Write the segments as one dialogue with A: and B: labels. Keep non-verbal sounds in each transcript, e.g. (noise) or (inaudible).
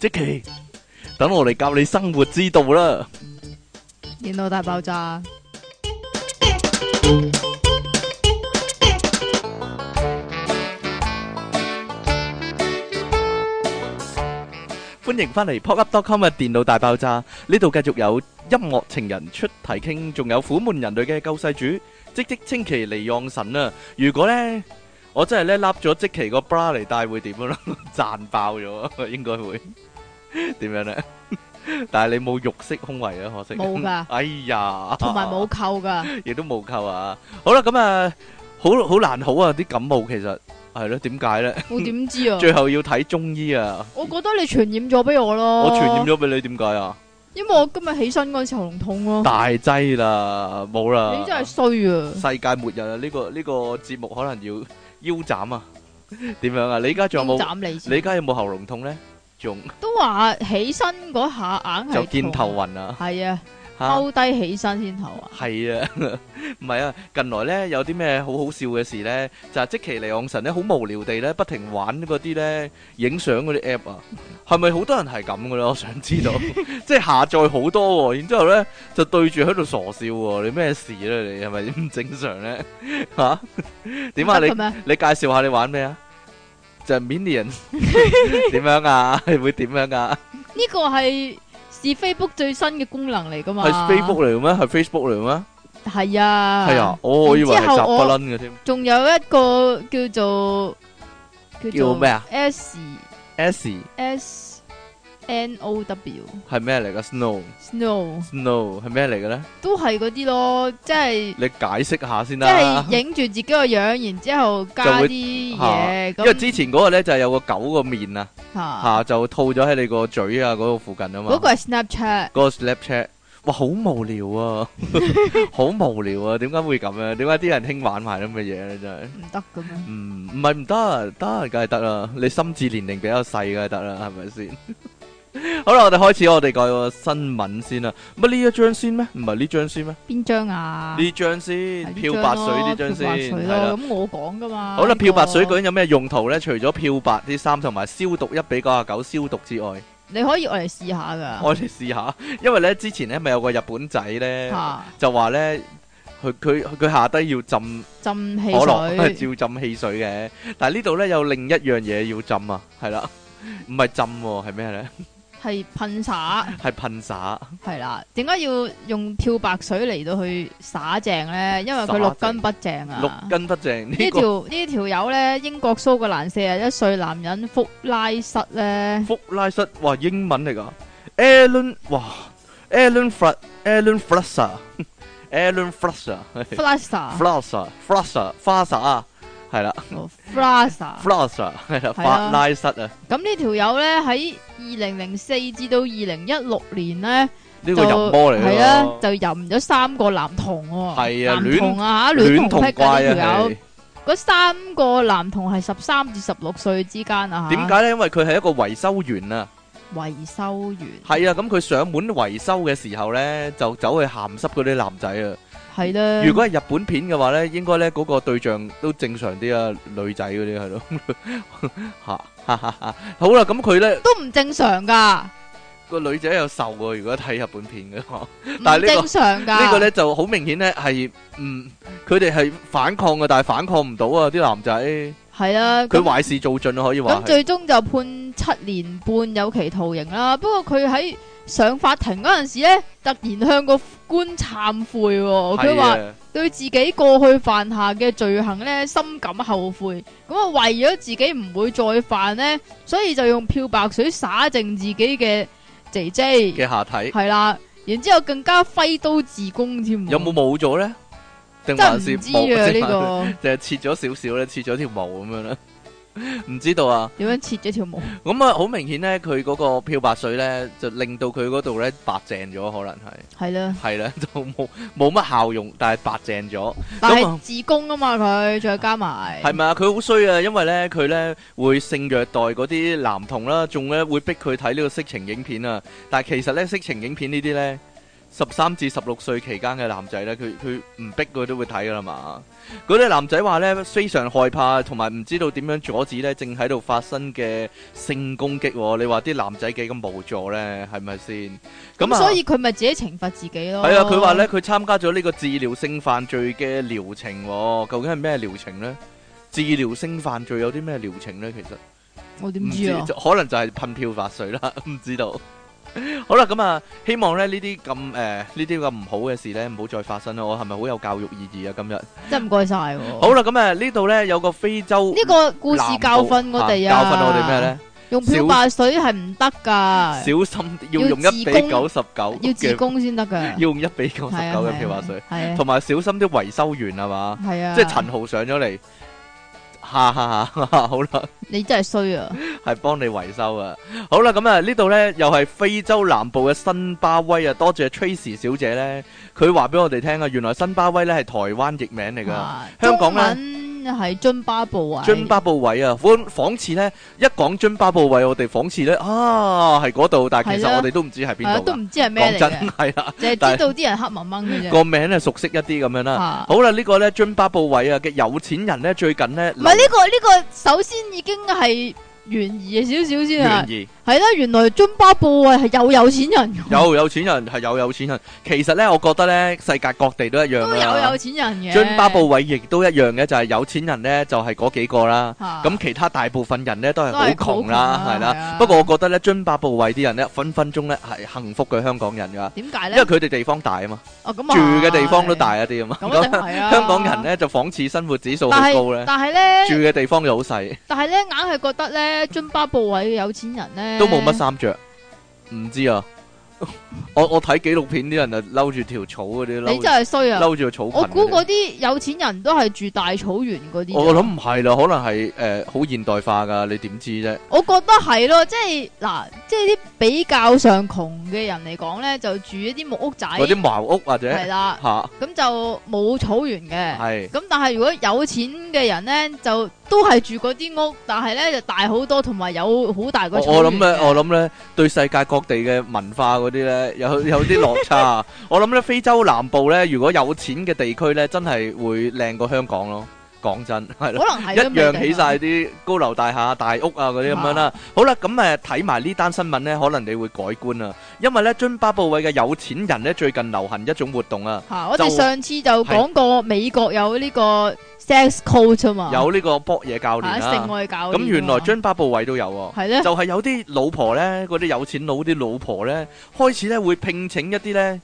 A: 即期，等我嚟教你生活之道啦。
B: 電腦大爆炸，
A: 歡迎翻嚟 popup.com 嘅電腦大爆炸，呢度繼續有音樂情人出題傾，仲有苦悶人類嘅救世主，即即稱其離讓神啊！如果呢，我真係咧笠咗即其個 bra 嚟戴會點樣咯？ (laughs) 賺爆咗， (laughs) 應該會點樣呢？ (laughs) 但係你冇肉色胸圍啊，可惜
B: 冇㗎
A: (laughs) 哎呀，
B: 同埋冇扣噶，
A: (laughs) 亦都冇扣啊！好啦，咁啊，好好難好啊！啲感冒其實係咯，點解咧？
B: 我點知啊？
A: 最後要睇中醫啊！
B: 我覺得你傳染咗俾我咯，
A: 我傳染，咗俾你，點解啊？
B: 因為我今日起身嗰陣時喉嚨痛咯。
A: 大劑啦，冇啦！
B: 哦你真係衰啊！
A: 世界末日啊！呢個呢個節目可能要腰斬啊！點樣啊？你而家仲有冇？
B: 斬你先？
A: 你而家有冇喉嚨痛咧？仲
B: 都話起身嗰下硬係
A: 就見頭
B: 痛，
A: 暈啊！
B: 係啊，
A: 嚇
B: 踎低起身先頭啊，
A: 係啊， (laughs) 唔係啊，近來咧有啲咩好好笑嘅事咧，就係即其尼昂神咧好無聊地咧，不停玩嗰啲咧影相嗰啲 app 啊，係咪好多人係咁嘅咧？我想
B: (laughs)
A: 知道，即係下載好多、喎，然之後咧就對住喺度傻笑、喎，你咩事咧？你係咪唔正常 (laughs) 咧？吓、點啊？
B: 得
A: 你
B: 嘅咩？
A: 你介紹下你玩咩啊？就係 Minion
B: (laughs)
A: 點樣啊？係會點樣啊？
B: 呢個係是 Facebook 最新嘅功能嚟噶嘛？
A: 係 Facebook 嚟嘅咩？係 Facebook 嚟嘅咩？
B: 係啊，
A: 係啊，我我以為係
B: 然之後
A: 雜不
B: 我
A: 楞嘅添。
B: 仲有一個叫做叫
A: 叫
B: 做
A: 咩啊
B: 그 ？S E
A: S
B: S N O W
A: 係咩嚟噶？Snow
B: Snow
A: Snow 係咩嚟嘅咧？
B: 都係嗰啲咯，即係
A: 你解釋下先
B: 即
A: 啦
B: 係。影住自己個樣，然之後加
A: 就會
B: 啲
A: 嚇
B: 嘢咁。
A: 因為之前嗰個咧就係有個狗個面啊，
B: 嚇
A: 嚇就套咗喺你個嘴啊嗰度附近啊嘛。
B: 嗰個係 Snapchat，
A: 嗰個 Snapchat，哇好無聊
B: (laughs)
A: 啊，好無聊啊！點解會咁啊？點解啲人興玩埋咁嘅嘢咧？真係，
B: 唔得嘅咩？
A: 嗯，唔係唔得，得梗係得啦。你心智年齡比較細梗係得啦，係咪先？ (laughs) 好啦，我哋開始我哋個新聞先啦。乜呢一張先咩？唔係呢張先咩？
B: 邊張啊？
A: 呢張先，漂白水呢張先，
B: 係
A: 係
B: 啦。
A: 啦。
B: 咁我講噶嘛。
A: 好啦，漂白水究
B: 佢
A: 竟有咩用途咧？除咗漂白啲衫同埋消毒一比九啊九消毒之外，
B: 你可以我嚟試下噶。
A: 我哋試下，因為咧之前咧咪有個日本仔咧
B: 嚇，
A: 就話咧。佢佢佢下低要浸
B: 浸
A: 可
B: 汽
A: 樂， (laughs)
B: 水，
A: 照浸汽水嘅。但係呢度咧有另一樣嘢要浸啊，係啦，唔係浸喎，係咩咧？
B: 係噴灑，
A: 係噴灑，
B: 係啦。點解要用漂白水嚟到去灑淨咧？因為佢六
A: 灑淨
B: 根不淨
A: 六
B: 啊。
A: 根不正呢
B: 呢
A: 個
B: 條呢條友咧，英國蘇格蘭四十一歲男人福拉塞
A: (laughs)
B: 咧，
A: 福拉塞，哇，英文嚟噶，Alan，哇，Alan Fr，Alan (laughs) Flusser，Alan Flusser，Flusser，Flusser，Flusser，
B: 福拉塞，
A: Flusser，係啊啦
B: 福哦拉塞。
A: ，Flusser 係啦，
B: 啊係啊
A: 法拉塞啊，
B: 咁呢條友咧喺二零零四至到二零一六年咧。
A: 呢個人魔嚟
B: 系啊，
A: 㗎
B: 就淫咗三個男童喎。
A: 係啊
B: 男童啊吓，
A: 戀
B: 戀
A: 童
B: 童癖
A: 怪啊，
B: 㗎呢條
A: 係
B: 友。嗰三個男童係十三至十六歲之間啊吓。
A: 點解咧？因為佢係一個維修員啊，
B: 維修員
A: 係啊，咁佢上門維修嘅時候咧，就走去鹹濕嗰啲男仔啊。
B: 係咧？
A: 如果係日本片嘅話咧，應該咧嗰個對象都正常啲啊，女仔嗰啲係咯， (laughs) 嚇，好啦，咁佢咧
B: 都唔正常噶，
A: 個女仔有瘦喎，如果睇日本片嘅話，
B: 唔
A: 但係呢個
B: 正常噶。
A: 呢個咧就好明顯咧係唔佢哋係反抗嘅，但係反抗唔到啊啲男仔，佢
B: 係啊，咁
A: 壞事做盡啊可以話
B: 咁
A: 係。
B: 最終就判七年半有期徒刑啦。不過佢喺上法庭嗰陣時咧，突然向個官懺悔喎，佢話
A: 係。啊
B: 對自己過去犯下嘅罪行呢，深感後悔，咁啊為咗自己唔會再犯呢，所以就用漂白水灑淨自己嘅姐姐，
A: 嘅下體
B: 係啦，然之後更加揮刀自宮添喎，
A: 有冇冇咗咧？定還是
B: 真唔知
A: (laughs)
B: 啊呢
A: 冇？
B: 個
A: 定係切咗少少咧，切咗條毛咁樣咧， (laughs) 唔知道啊。
B: 點樣切咗條毛？
A: 咁啊，好明顯咧，佢嗰個漂白水咧，就令到佢嗰度咧白淨咗，可能係
B: 係
A: (laughs)
B: 啦，
A: 係啦，就冇冇乜效用，但係白淨咗，
B: 但
A: 咁
B: 係
A: 啊
B: 自宮啊嘛佢，再加埋
A: 係咪啊？佢好衰啊，因為咧佢咧會性虐待嗰啲男童啦，仲咧會逼佢睇呢個色情影片啊。但係其實咧色情影片呢啲咧十三至十六歲期間嘅男仔咧，佢佢唔逼佢都會睇噶啦嘛。嗰啲男仔話咧，非常害怕，同埋唔知道點樣阻止咧正喺度發生嘅性攻擊、喎。你話啲男仔幾咁無助咧，係咪先？咁
B: 咁
A: 啊，
B: 所以佢咪自己懲罰自己咯。
A: 係啊，佢話咧佢參加咗呢個治療性犯罪嘅療程、喎，究竟係咩療程咧？治療性犯罪有啲咩療程咧？其實？
B: 我點
A: 唔
B: 知
A: 知
B: 啊？
A: 就可能就係噴漂白水啦， (laughs) 唔知道。好啦，咁啊，希望咧呢啲咁誒呢啲咁唔好嘅事咧，唔好再發生啦。我係咪好有教育意義啊？今日
B: 真係唔該晒喎。
A: 好啦，咁啊呢度咧有個非洲
B: 哦呢個故事教訓我哋啊，
A: 教訓我哋咩？咧？
B: 用漂白水係唔得噶，
A: 小心要用
B: 要
A: 一
B: 自
A: 比
B: 供
A: 九十九，
B: 要自供先得噶。
A: 要用一比九十九
B: 係啊
A: 嘅漂白水，，
B: 係啊
A: 同埋小心啲維修員係嘛？
B: 係啊，
A: 即係陳豪上咗嚟，哈哈哈！ (laughs) 好啦。
B: 你真係衰啊！
A: 系幫你維修啊！好啦，咁啊呢度呢，又係非洲南部嘅新巴威啊，多謝 Tracy 小姐呢，佢話俾我哋聽啊，原來新巴威呢係台灣譯名嚟噶，
B: 啊
A: 香港呢
B: 中文係津巴布韋，
A: 津巴布韋啊，仿仿似呢，一講津巴布韋，我哋仿似呢，啊係嗰度，但係其
B: 係
A: 實
B: 啦
A: 我哋都唔知係
B: 係啊
A: 邊度
B: 都
A: 㗎。
B: 唔知係咩
A: 講
B: 嚟
A: 真
B: 嘅，
A: 係啦，
B: 淨係知啊道啲人黑掹掹嘅啫。
A: 個名呢熟悉一啲咁樣啦。
B: 啊
A: 好啦，呢個呢，津巴布韋啊嘅有錢人呢，最近呢，
B: 唔係呢個呢個，首先已經係懸疑少少先啊
A: 懸，疑。
B: 係啦，原來津巴布韋係有有錢人㗎，
A: 有有錢人係有有錢人，其實呢，我覺得呢，世界各地都一樣
B: 都
A: 啦
B: 有有錢人嘅。
A: 啊津巴布韋亦都一樣嘅，就係、有錢人呢，就係、嗰幾個啦。
B: 嚇
A: 咁其他大部分人呢，都係
B: 都
A: 好
B: 係
A: 窮啦，
B: 好
A: 係
B: 窮啦
A: 啦。
B: 係啊
A: 不過我覺得呢，津巴布韋啲人呢，分分鐘呢係幸福嘅香港人噶，
B: 點解
A: 因
B: 咧
A: 為？佢哋地方大啊嘛，
B: 哦咁
A: 住
B: 啊
A: 嘅地方都大一啲啊嘛。
B: 咁一定
A: 咁
B: 係啦。
A: 香港人呢，就仿似生活指數好
B: 但係
A: 高呢，
B: 但係咧，
A: 住嘅地方就好細，
B: 但係咧，硬係覺得咧，津巴布韋嘅有錢人咧
A: 都冇乜衫着。唔知啊， (laughs) 我我睇紀錄片啲人就嬲住條草嗰啲，
B: 你
A: 嬲
B: 真係衰啊！
A: 嬲住個草
B: 我
A: 裙
B: 估
A: 嗰啲。
B: 嗰啲有錢人都係住大草原嗰啲㗎。
A: 我諗唔係啦，可能係誒好現代化噶，你點知啫？
B: 我覺得係咯，即係嗱，即係啲比較上窮嘅人嚟講咧，就住一啲木屋仔，
A: 嗰啲茅屋或者
B: 係啦，
A: 吓
B: 咁就冇草原嘅。
A: 係
B: 咁但係如果有錢嘅人咧，就都係住嗰啲屋，但係咧就大好多，同埋有好大個
A: 我
B: 草原嘅。
A: 我諗咧，我諗咧，對世界各地嘅文化嗰啲咧，有 (laughs) 有啲落差。我諗咧，非洲南部咧，如果有錢嘅地區咧，真係會靚過香港咯。講真係咯，
B: 可能係
A: 一
B: 都未定啊
A: 樣起晒啲高樓大廈、大屋啊嗰啲咁樣啦。好啦，咁誒睇埋呢單新聞咧，可能你會改觀啊，因為咧津巴布韋嘅有錢人咧最近流行一種活動啊，
B: 吓，我哋
A: 就
B: 上次就講過美國有呢個 sex coach 啊嘛，
A: 有呢個博野教練
B: 吓性
A: 啦。
B: 愛教練啊
A: 咁
B: 嘛
A: 原來津巴布韋都有
B: (laughs)
A: 喎。
B: 係咧，
A: 就係有啲老婆呢，嗰啲有錢佬啲老婆呢，開始呢會聘請一啲呢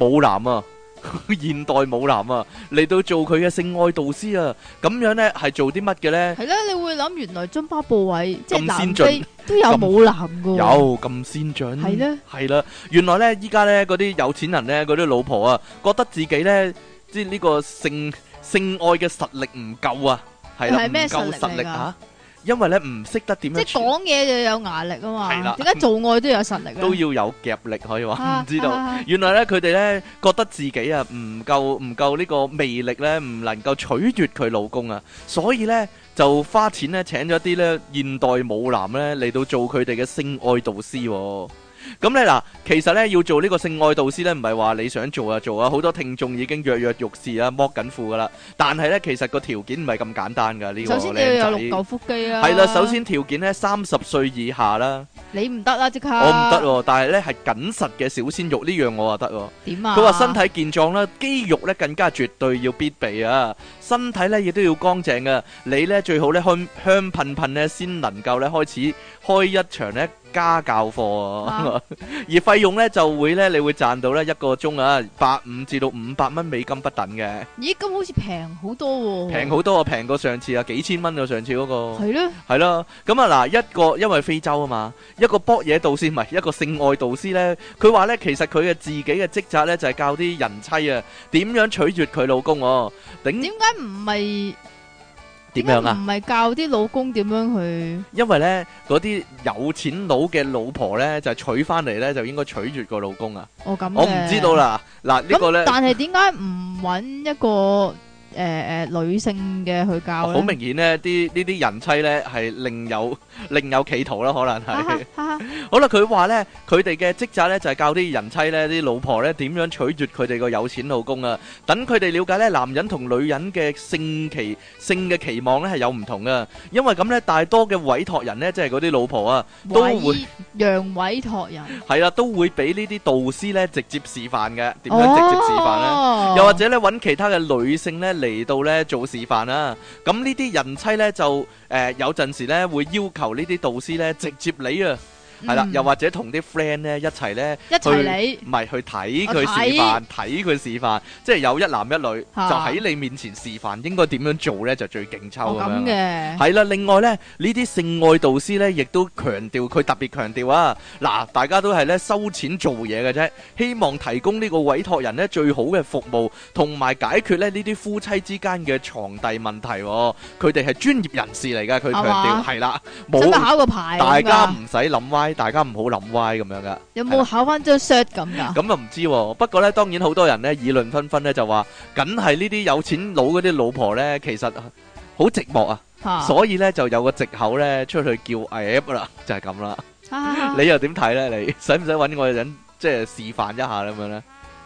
A: 舞男啊， (laughs) 現代舞男啊，嚟到做佢嘅性愛導師啊，咁樣呢係做啲乜嘅呢？
B: 係咧，你會諗原來津巴布韋即
A: 咁
B: 係
A: 先
B: 南
A: 進
B: 非都有舞男噶，
A: 有咁先進？
B: 係呢
A: 係啦，原來呢，依家呢嗰啲有錢人呢，嗰啲老婆啊，覺得自己呢，即係呢個性性愛嘅實力唔夠啊，係啦，
B: 係
A: 唔
B: 咩實
A: 夠
B: 力
A: 實力
B: 嚟㗎
A: 啊，因為呢唔識得點
B: 即
A: 樣
B: 係講嘢就有壓力啊
A: 係啦
B: 嘛，點解做愛都有實力啊？
A: 都要有夾力可以話，
B: 啊
A: 唔知道。
B: 啊
A: 原來咧，佢哋咧覺得自己啊唔夠唔夠呢個魅力咧，唔能夠取悦佢老公啊，所以咧就花錢咧請咗啲咧現代舞男咧嚟到做佢哋嘅性愛導師、喎。咁咧嗱，其實咧要做呢個性愛導師咧，唔係話你想做就做啊，好多聽眾已經躍躍欲試啦，剝緊褲噶啦。但係咧，其實個條件唔係咁簡單噶呢、個
B: 首先你要有
A: 靚
B: 六
A: 仔
B: 嚿。腹肌啊啦，
A: 係啦，首先條件咧三十歲以下啦，
B: 你唔得啦，即刻
A: 我唔得喎，但係咧係緊實嘅小鮮肉呢樣我啊得喎。
B: 點啊？
A: 佢話身體健壯啦，肌肉咧更加絕對要必備啊！身體咧亦都要乾淨嘅，你咧最好咧香香噴噴咧先能夠咧開始開一場咧家教課啊！ (laughs) 而費用咧就會咧你會賺到咧一個鐘啊百五至到五百蚊美金不等嘅，
B: 咦咁好似平好多喎，
A: 平好多啊！平過上次啊，幾千蚊啊上次嗰、個。
B: 係咯，
A: 係啦，咁啊嗱，一個因為非洲啊嘛，一個博嘢導師唔係一個性愛導師呢。佢話呢，其實佢嘅自己嘅職責呢，就係、教啲人妻啊點樣取悦佢老公哦、頂
B: 點解唔係
A: 點樣
B: 點解
A: 啊？
B: 唔係教啲老公點樣去？
A: 因為呢，嗰啲有錢佬嘅老婆呢，就娶翻嚟呢，就應該取悦個老公啊，
B: 我咁
A: 我唔知道。啦，嗱呢、個
B: 咁
A: 呢，
B: 但係點解唔揾一個诶诶女性嘅去教
A: 好
B: 咧？
A: 明顯呢啲呢啲人妻呢係另有另有企圖啦，可能
B: 哈哈
A: 係。
B: 哈哈
A: 好啦，佢話呢，佢哋嘅職責呢就係教啲人妻呢啲老婆呢點樣取悦佢哋個有錢老公啊，等佢哋了解呢男人同女人嘅性期性嘅期望呢係有唔同啊，因為咁呢，大多嘅委託人呢，即係嗰啲老婆啊。都會
B: 委让委托人，
A: 系啦，都會俾呢啲導師咧直接示範嘅，點樣
B: 哦
A: 直接示範呢？又或者咧揾其他嘅女性咧嚟到咧做示範啦。咁呢啲人妻咧就誒、呃有陣時咧會要求呢啲導師咧直接你啊，係啦、又
B: 或
A: 或者同啲 friend 咧一齊咧。
B: 一齐你
A: 唔係去睇佢
B: 我睇
A: 示範，睇佢示範，即係有一男一女
B: 嚇
A: 就喺你面前示範，應該點樣做呢？就最勁
B: 哦
A: 抽咁
B: 咁
A: 樣。
B: 嘅，
A: 係啦，另外咧，呢啲性愛導師咧，亦都強調佢特別強調啊，嗱，大家都係咧收錢做嘢嘅啫，希望提供呢個委託人咧最好嘅服務，同埋解決咧呢啲夫妻之間嘅床笫問題、喎。佢哋係專業人士嚟噶，佢強
B: 啊係嘛
A: 調係啦，
B: 使唔使
A: 冇
B: 考个牌咁
A: 大
B: 㗎？
A: 家唔使諗歪，大家唔好諗歪咁樣噶。
B: 有
A: 係啦
B: 冇考翻張 shirt 咁噶？
A: 咁就唔知喎，不過呢，當然好多人呢議論紛紛呢，就話，梗係呢啲有錢佬嗰啲老婆呢，其實好寂寞啊。
B: 嚇
A: 所以咧就有個藉口咧出去叫 app 啦，就係咁啦。
B: 啊
A: 你又點睇咧？你使唔使揾個人即係示範一下咁樣咧？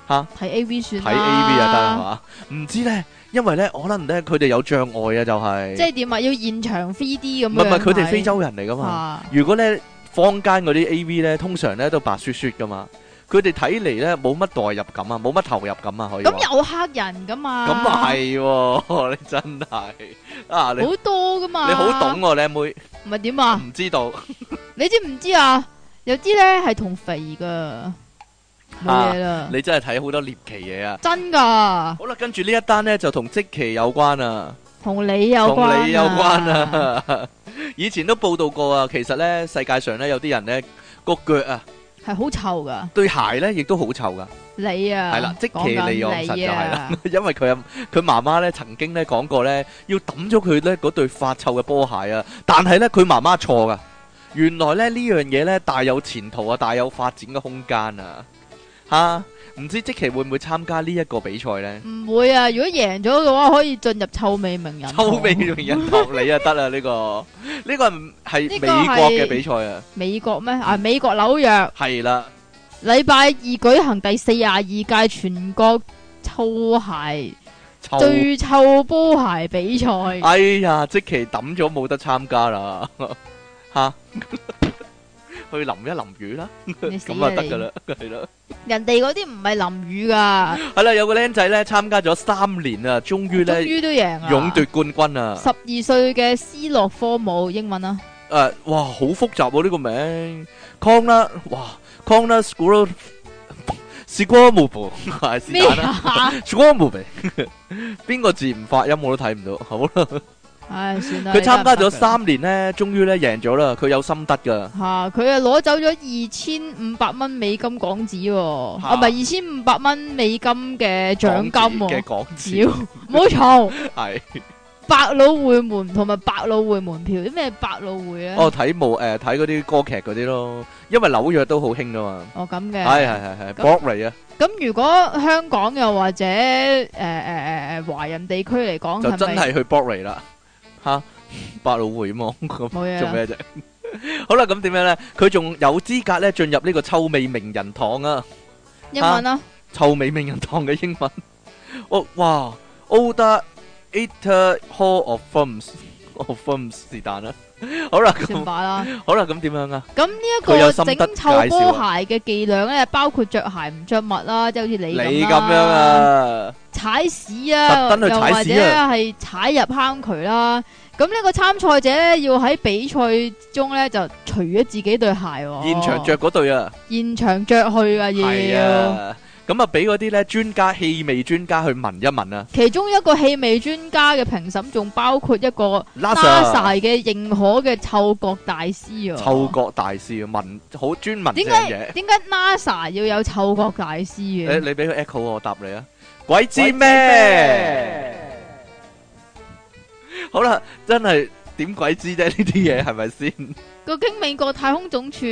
B: 睇 A V 算
A: 睇
B: 啦
A: A V 啊得係嘛？唔知咧，因為咧可能咧佢哋有障礙啊，就係
B: 即係點啊？要現場 3D 咁
A: 唔
B: 樣
A: 係唔係佢哋
B: 睇
A: 非洲人嚟噶嘛？
B: 啊
A: 如果咧坊間嗰啲 A V 咧，通常咧都白雪雪噶嘛，佢哋睇嚟咧冇乜代入感啊，冇乜投入感啊，可以話。
B: 咁有黑人噶嘛？
A: 咁啊係喎， (laughs) 你真係啊你
B: 好多噶嘛？
A: 你好懂嗯喎，靚妹，
B: 唔係點啊？
A: 唔知道
B: 你知唔知啊？有啲咧係同肥噶，冇嘢啦，
A: 啊你真係睇好多獵奇嘢啊！
B: 真㗎，
A: 好啦，跟住呢一單呢，就同即期有關啊，
B: 同你有
A: 同
B: 關，
A: 你有關。啊。以前都報道過啊，其實呢，世界上呢，有啲人呢個腳啊，
B: 係好臭㗎，
A: 對鞋呢亦都好臭噶，
B: 你啊，
A: 係啦即其
B: 講緊
A: 利昂神
B: 你
A: 就係
B: 啊，
A: (laughs) 因為佢佢媽媽呢曾經呢講過呢，要抌咗佢呢嗰對發臭嘅波鞋啊，但係呢，佢媽媽錯噶，原來呢，呢樣嘢呢，大有前途啊，大有發展嘅空間啊，吓、唔知即期會唔會參加呢一個比賽
B: (laughs)
A: 呢？
B: 唔會啊！如果贏咗嘅話，可以進入臭美名人堂。
A: 抽美容人托你啊，得啦呢個，呢個係美國嘅比賽啊，
B: 美國咩？啊，美國紐約
A: 係啦，
B: 禮拜二舉行第四廿二屆全國臭鞋
A: 臭，
B: 最臭波鞋比
A: (laughs)
B: 賽。
A: 哎呀，即期抌咗冇得參加啦， (laughs) 吓， (laughs) 去淋一淋雨啦，
B: 你死
A: 咁啊得
B: 你
A: 噶啦， (laughs) 係咯，
B: 人哋嗰啲唔係淋雨噶，
A: 係啦，有個僆仔咧參加咗三年啊，終於
B: 終
A: 咧
B: 於都贏啊！
A: 勇奪冠軍啊，
B: 十二歲嘅斯洛科姆英文啊，
A: 誒，哇，好複雜喎呢個名，Connor，哇，Connor School。是歌幕布，係是
B: 咩
A: 但啦。 (laughs)
B: 啊？
A: Swarmobee，邊個字唔發音我都睇唔到。好啦，
B: 唉，算啦。
A: 佢參加咗
B: 你
A: 三年呢，終於呢贏咗啦。佢有心得噶，
B: 真係唔得㗎吓，佢啊攞走咗二千五百蚊美金港紙喎，
A: 嚇
B: 啊唔係二千五百蚊美金嘅獎金
A: 港紙嘅
B: 喎，
A: 港
B: 屌，
A: 紙
B: 唔好嘈。
A: 係
B: 百老匯門同埋百老匯門票，啲咩百老啊匯咧？
A: 我睇冇誒睇嗰啲歌劇嗰啲咯，因為紐約都好興噶嘛。
B: 哦，咁嘅。
A: 係係係係
B: 咁
A: Broadway 啊，
B: 咁如果香港又或者呃誒誒誒誒華人地區嚟講，
A: 就真
B: 哦咪
A: 係去 Broadway
B: (laughs)
A: 啦。吓，百老匯麼？咁
B: 冇嘢啊
A: 做
B: 啦？
A: 咩啫？ (laughs) 好啦，咁點樣呢？佢仲有資格呢進入呢個臭美名人堂啊！
B: 英文啊啦，
A: 臭美名人堂嘅英文。 (laughs) 哦，哇，Older Eater Hall of Films of Films 是但啦。 (laughs) 好啦，
B: 算
A: 咁
B: 罷
A: (laughs)
B: 啦。
A: 好啦，咁點樣啊？
B: 咁呢一
A: 佢有
B: 個
A: 心得
B: 整臭
A: 介
B: 波
A: 紹
B: 鞋嘅伎倆咧，包括着鞋唔着襪啦，即係好似你
A: 你
B: 咁
A: 咁
B: 啦
A: 樣，啊？
B: 踩屎啊，
A: 特登去
B: 又
A: 踩
B: 或者
A: 屎啊
B: 係踩入坑渠啦。咁呢個參賽者咧要喺比賽中咧就除咗自己對鞋喎，
A: 現場着嗰對啊，
B: 現場着去啊
A: 係
B: 哦要。
A: 啊。咁啊，俾嗰啲咧專家氣味專家去聞一聞啊。
B: 其中一個氣味專家嘅評審，仲包括一個
A: NASA
B: NASA 嘅認可嘅嗅覺大師啊！
A: 嗅覺大師聞好專聞
B: 點
A: 呢
B: 解
A: 樣嘢。
B: 點解 NASA 要有嗅覺大師
A: 誒，
B: 嘅？
A: 你俾佢 echo 我答你啊！鬼知咩？好啦，真係點鬼知啫？呢啲嘢係咪先？
B: 嗯究竟美國太空總署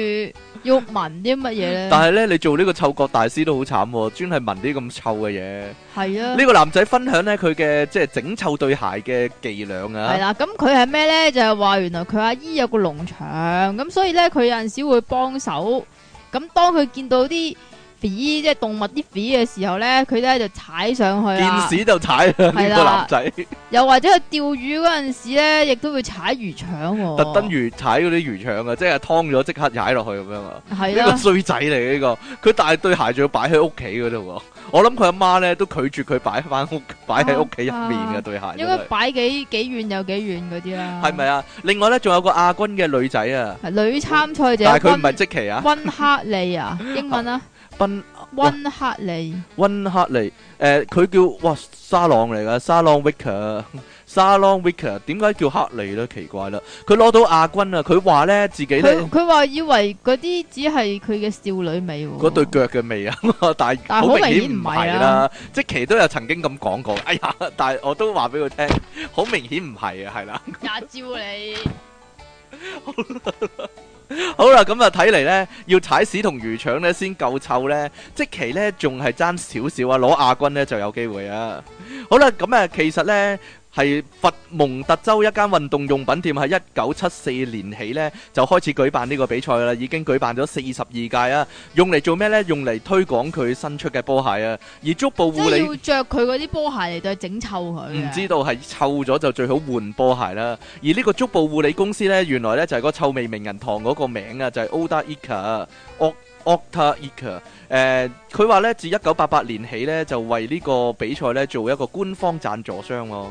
B: 要聞啲乜嘢咧？
A: 但係咧，你做呢個嗅覺大師都好慘喎，專係聞啲咁臭嘅嘢。
B: 係啊
A: 呢。個男仔分享咧佢嘅即係整臭對鞋嘅伎倆
B: 係
A: 啊！
B: 啦，咁佢係咩咧？就係話原來佢阿姨有個農場，咁所以咧佢有陣時會幫手。咁當佢見到啲肥，即係動物啲肥嘅時候咧，佢咧就踩上去啦。
A: 見屎就踩啊！呢
B: 係啦
A: 個男仔
B: 又或者佢釣魚嗰陣時咧，亦都會踩魚腸喎。
A: 特登魚踩嗰啲魚腸啊，即係劏咗即刻踩落去咁樣啊！
B: 係
A: 呢個
B: 啦，
A: 衰仔嚟嘅呢個，佢但係對鞋仲要擺喺屋企嗰度喎。我諗佢阿媽咧都拒絕佢擺翻屋，擺喺屋企入面嘅
B: 啊
A: 對鞋真
B: (laughs) 應該
A: 係。
B: 擺幾幾遠有幾遠嗰啲啦。
A: 係咪啊？另外咧，仲有個亞軍嘅女仔啊，
B: 係女參賽者
A: 但係佢唔係
B: 温
A: 即奇啊，
B: 温克
A: (laughs)
B: 利啊，英文啊，
A: 賓
B: 温克利
A: 温克利，誒佢叫哇沙朗嚟噶，沙朗 Wicker，沙朗 Wicker，點解叫克利咧？奇怪啦，佢攞到亞軍啊！佢話咧自己咧
B: 佢佢話以為嗰啲只係佢嘅少女味喎。
A: 嗰對腳嘅味啊， (laughs) 但係
B: 但係
A: 好
B: 好
A: 明
B: 明
A: 顯
B: 顯
A: 唔
B: 唔
A: 係
B: 係啊
A: 啦
B: 啦。
A: 即奇都有曾經咁講過， (laughs) 哎呀，但係我都話俾佢聽，好明顯唔係啊，係啦。 (laughs)
B: 廿招你。
A: 好啦，咁啊睇嚟咧，要踩屎同魚腸咧先夠臭咧，即期咧仲係爭少少啊，攞亞軍咧就有機會啊！好啦，咁啊其實咧係佛蒙特州一間運動用品店喺一九七四年起咧就開始舉辦呢個比賽啦，已經舉辦咗四十二屆啊，用嚟做咩咧？用嚟推廣佢新出嘅波鞋啊，而足部
B: 即
A: 護
B: 係
A: 理。
B: 要着佢嗰啲波鞋嚟到整臭佢嘅。
A: 唔知道係臭咗就最好換波鞋啦。而呢個足部護理公司呢，原來呢就係、個臭味名人堂嗰個名啊，就係、Oda Ika O Octa Ika。誒，佢話呢，自一九八八年起呢，就為呢個比賽呢做一個官方贊助商咯，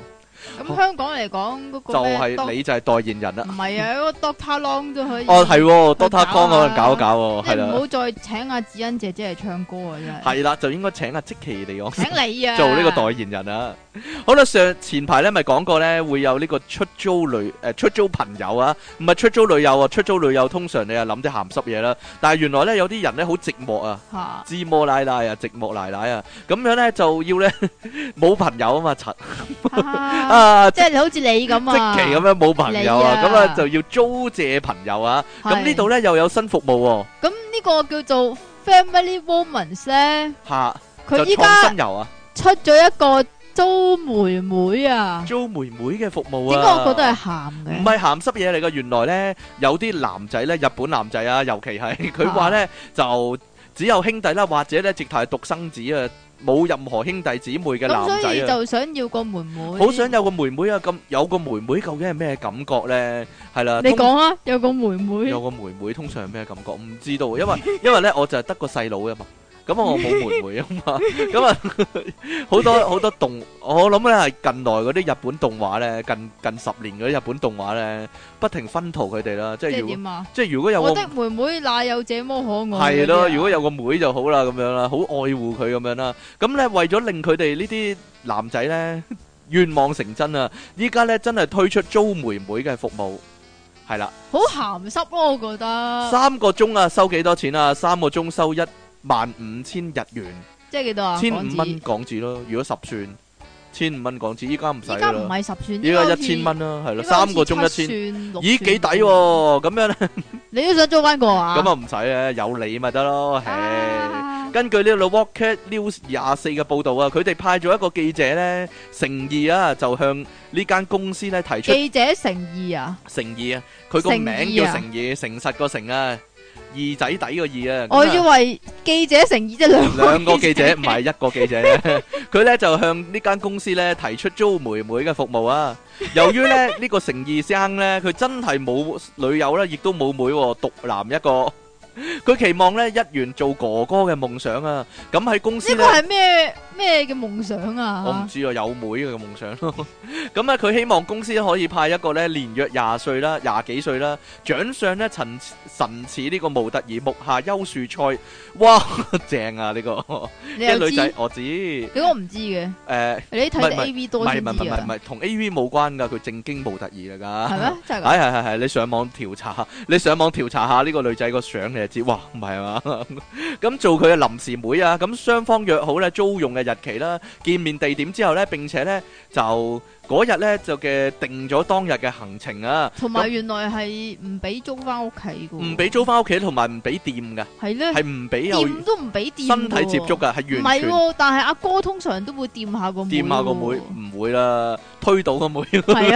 B: 咁香港嚟講嗰
A: 就
B: 個咩
A: 係
B: Doc-
A: 你就係代言人啦。
B: 唔係啊，嗰個 Doctor Long 都可以。
A: 哦，係喎，Doctor
B: 搞
A: Kong 嗰
B: 啊
A: 個搞一搞喎，
B: 即
A: 係
B: 係嗯唔
A: 啦，
B: 好再請阿子欣姐姐嚟唱歌啊！真係。
A: 係啦，就應該請阿即奇嚟講。
B: 請你啊！
A: 做呢個代言人啊！好啦，上前排咧咪講過咧，會有呢個出租女誒、呃出租朋友啊，唔係出租女友啊，出租女友通常你啊諗啲鹹濕嘢啦，但係原來咧有啲人咧好寂寞啊，
B: 嚇
A: 自摸奶奶啊，寂寞奶奶啊，咁樣咧就要咧 (laughs) 冇朋友啊嘛，柒
B: 啊！
A: 啊！
B: 即係你好似你咁啊！
A: 即期咁樣冇朋友啊，
B: 你啊
A: 咁啊就要租借朋友啊，咁
B: 係
A: 呢度咧又有新服務喎、
B: 咁呢個叫做 Family Woman's 咧，
A: 吓
B: 佢
A: 就
B: 依
A: 創
B: 家
A: 新遊啊，
B: 出咗一個租妹妹啊！
A: 租妹妹嘅服務啊，
B: 點解我覺得係鹹
A: 唔
B: 嘅？
A: 係鹹濕嘢嚟嘅，原來呢，有啲男仔呢，日本男仔啊，尤其係佢話
B: 啊
A: 呢，就只有兄弟啦，或者呢，直頭係獨生子啊，冇任何兄弟姊妹嘅男
B: 咁所以
A: 仔啊，
B: 就想要個妹妹。
A: 好想有個妹妹啊！咁有個妹妹究竟係咩感覺呢？係啦，
B: 你
A: 通
B: 講啊，有個妹妹。
A: 有個妹妹通常係咩感覺？唔知道，因
B: (laughs)
A: 為因為咧我就係得個細佬啊嘛，咁我冇妹妹啊嘛， (laughs) 咁啊好多好多動，我諗咧係近來嗰啲日本動畫咧，近近十年嗰啲日本動畫咧，不停分圖佢哋啦，即
B: 即
A: 係
B: 係
A: 如果
B: 點啊？
A: 即係如果有個
B: 我的妹妹哪有這麼可愛？
A: 係咯，如果
B: 有
A: 有個妹就好啦，咁樣啦，好愛護佢咁樣啦。咁咧為咗令佢哋呢啲男仔咧 (laughs) 願望成真啊，依家咧真係推出租妹妹嘅服務，係啦。
B: 好鹹濕咯，我覺得。
A: 三個鐘啊，收幾多錢啊？三個鐘收一萬五千日元，
B: 即係幾多啊？
A: 千
B: 港
A: 五
B: 紙
A: 蚊。港紙咯。如果十算，千五蚊港紙，依家唔使
B: 依家唔
A: 啦。
B: 係十算，
A: 依家
B: 好
A: 一
B: 似
A: 千。蚊啦，係啦，
B: 應該好
A: 三
B: 似
A: 個鐘一千，
B: 七算六
A: 咦幾抵
B: 算
A: 喎！咁樣咧，
B: 你都想租翻個啊？
A: 咁啊唔使咧，有你咪得咯，唉。
B: 啊
A: 根據呢個 Rocket News 廿四嘅報導啊，佢哋派咗一個記者呢，誠意啊，就向呢間公司呢提出
B: 記者誠意啊！
A: 誠意啊，佢個名
B: 誠意
A: 叫
B: 啊
A: 誠意，誠實個誠啊，二仔底個二啊。咁
B: 我
A: 啊
B: 以為記者誠意
A: (laughs)
B: 即係兩
A: 兩個記
B: 記
A: 者唔係一個記者咧，佢咧就向呢間公司咧提出租妹妹嘅服務啊。由於咧呢個誠意生咧，佢真係冇女友啦，亦都冇妹喎，獨男一個。佢期望咧一元做哥哥嘅夢想啊。咁喺公司
B: 呢個
A: 咧，
B: 係咩咩嘅夢想
A: 我唔
B: 啊？
A: 知啊，有妹嘅夢想 (laughs) 咯。咁咧佢希望公司可以派一個咧年約廿歲啦、廿幾歲啦，長相咧神神似呢個模特兒木下優樹菜，哇 (laughs) 正啊呢個！
B: 你
A: 啲
B: 又
A: 女
B: 知？
A: 仔
B: 點
A: 我知，
B: 解我唔知嘅？
A: 誒。
B: 你睇
A: 唔係唔係
B: 啲 A V
A: 唔
B: 多
A: 係
B: 先
A: 唔
B: 知
A: 係唔係唔
B: 㗎。
A: 係，同 A V 冇關噶，佢正經模特兒嚟
B: 係
A: 噶。 (laughs)
B: 咩？真係㗎？
A: 係係係係，你上網調查下，你上網調查下呢個女仔個相，你就就知，哇，唔係啊嘛。 (laughs) 咁做佢嘅臨時妹啊，咁雙方約好咧租用嘅日期啦、見面地點之後咧，並且咧就嗰日咧就嘅定咗當日嘅行程啊，
B: 同埋原來係唔俾租翻屋企噶，
A: 唔俾租翻屋企同埋唔俾掂噶，
B: 係咧，
A: 係唔俾有
B: 掂都唔俾掂，
A: 身體接觸。噶，係
B: 唔
A: 完
B: 係
A: 全
B: 喎，但係阿哥通常都會掂下個妹喎，
A: 掂下個妹，唔會啦，推到個妹。
B: 係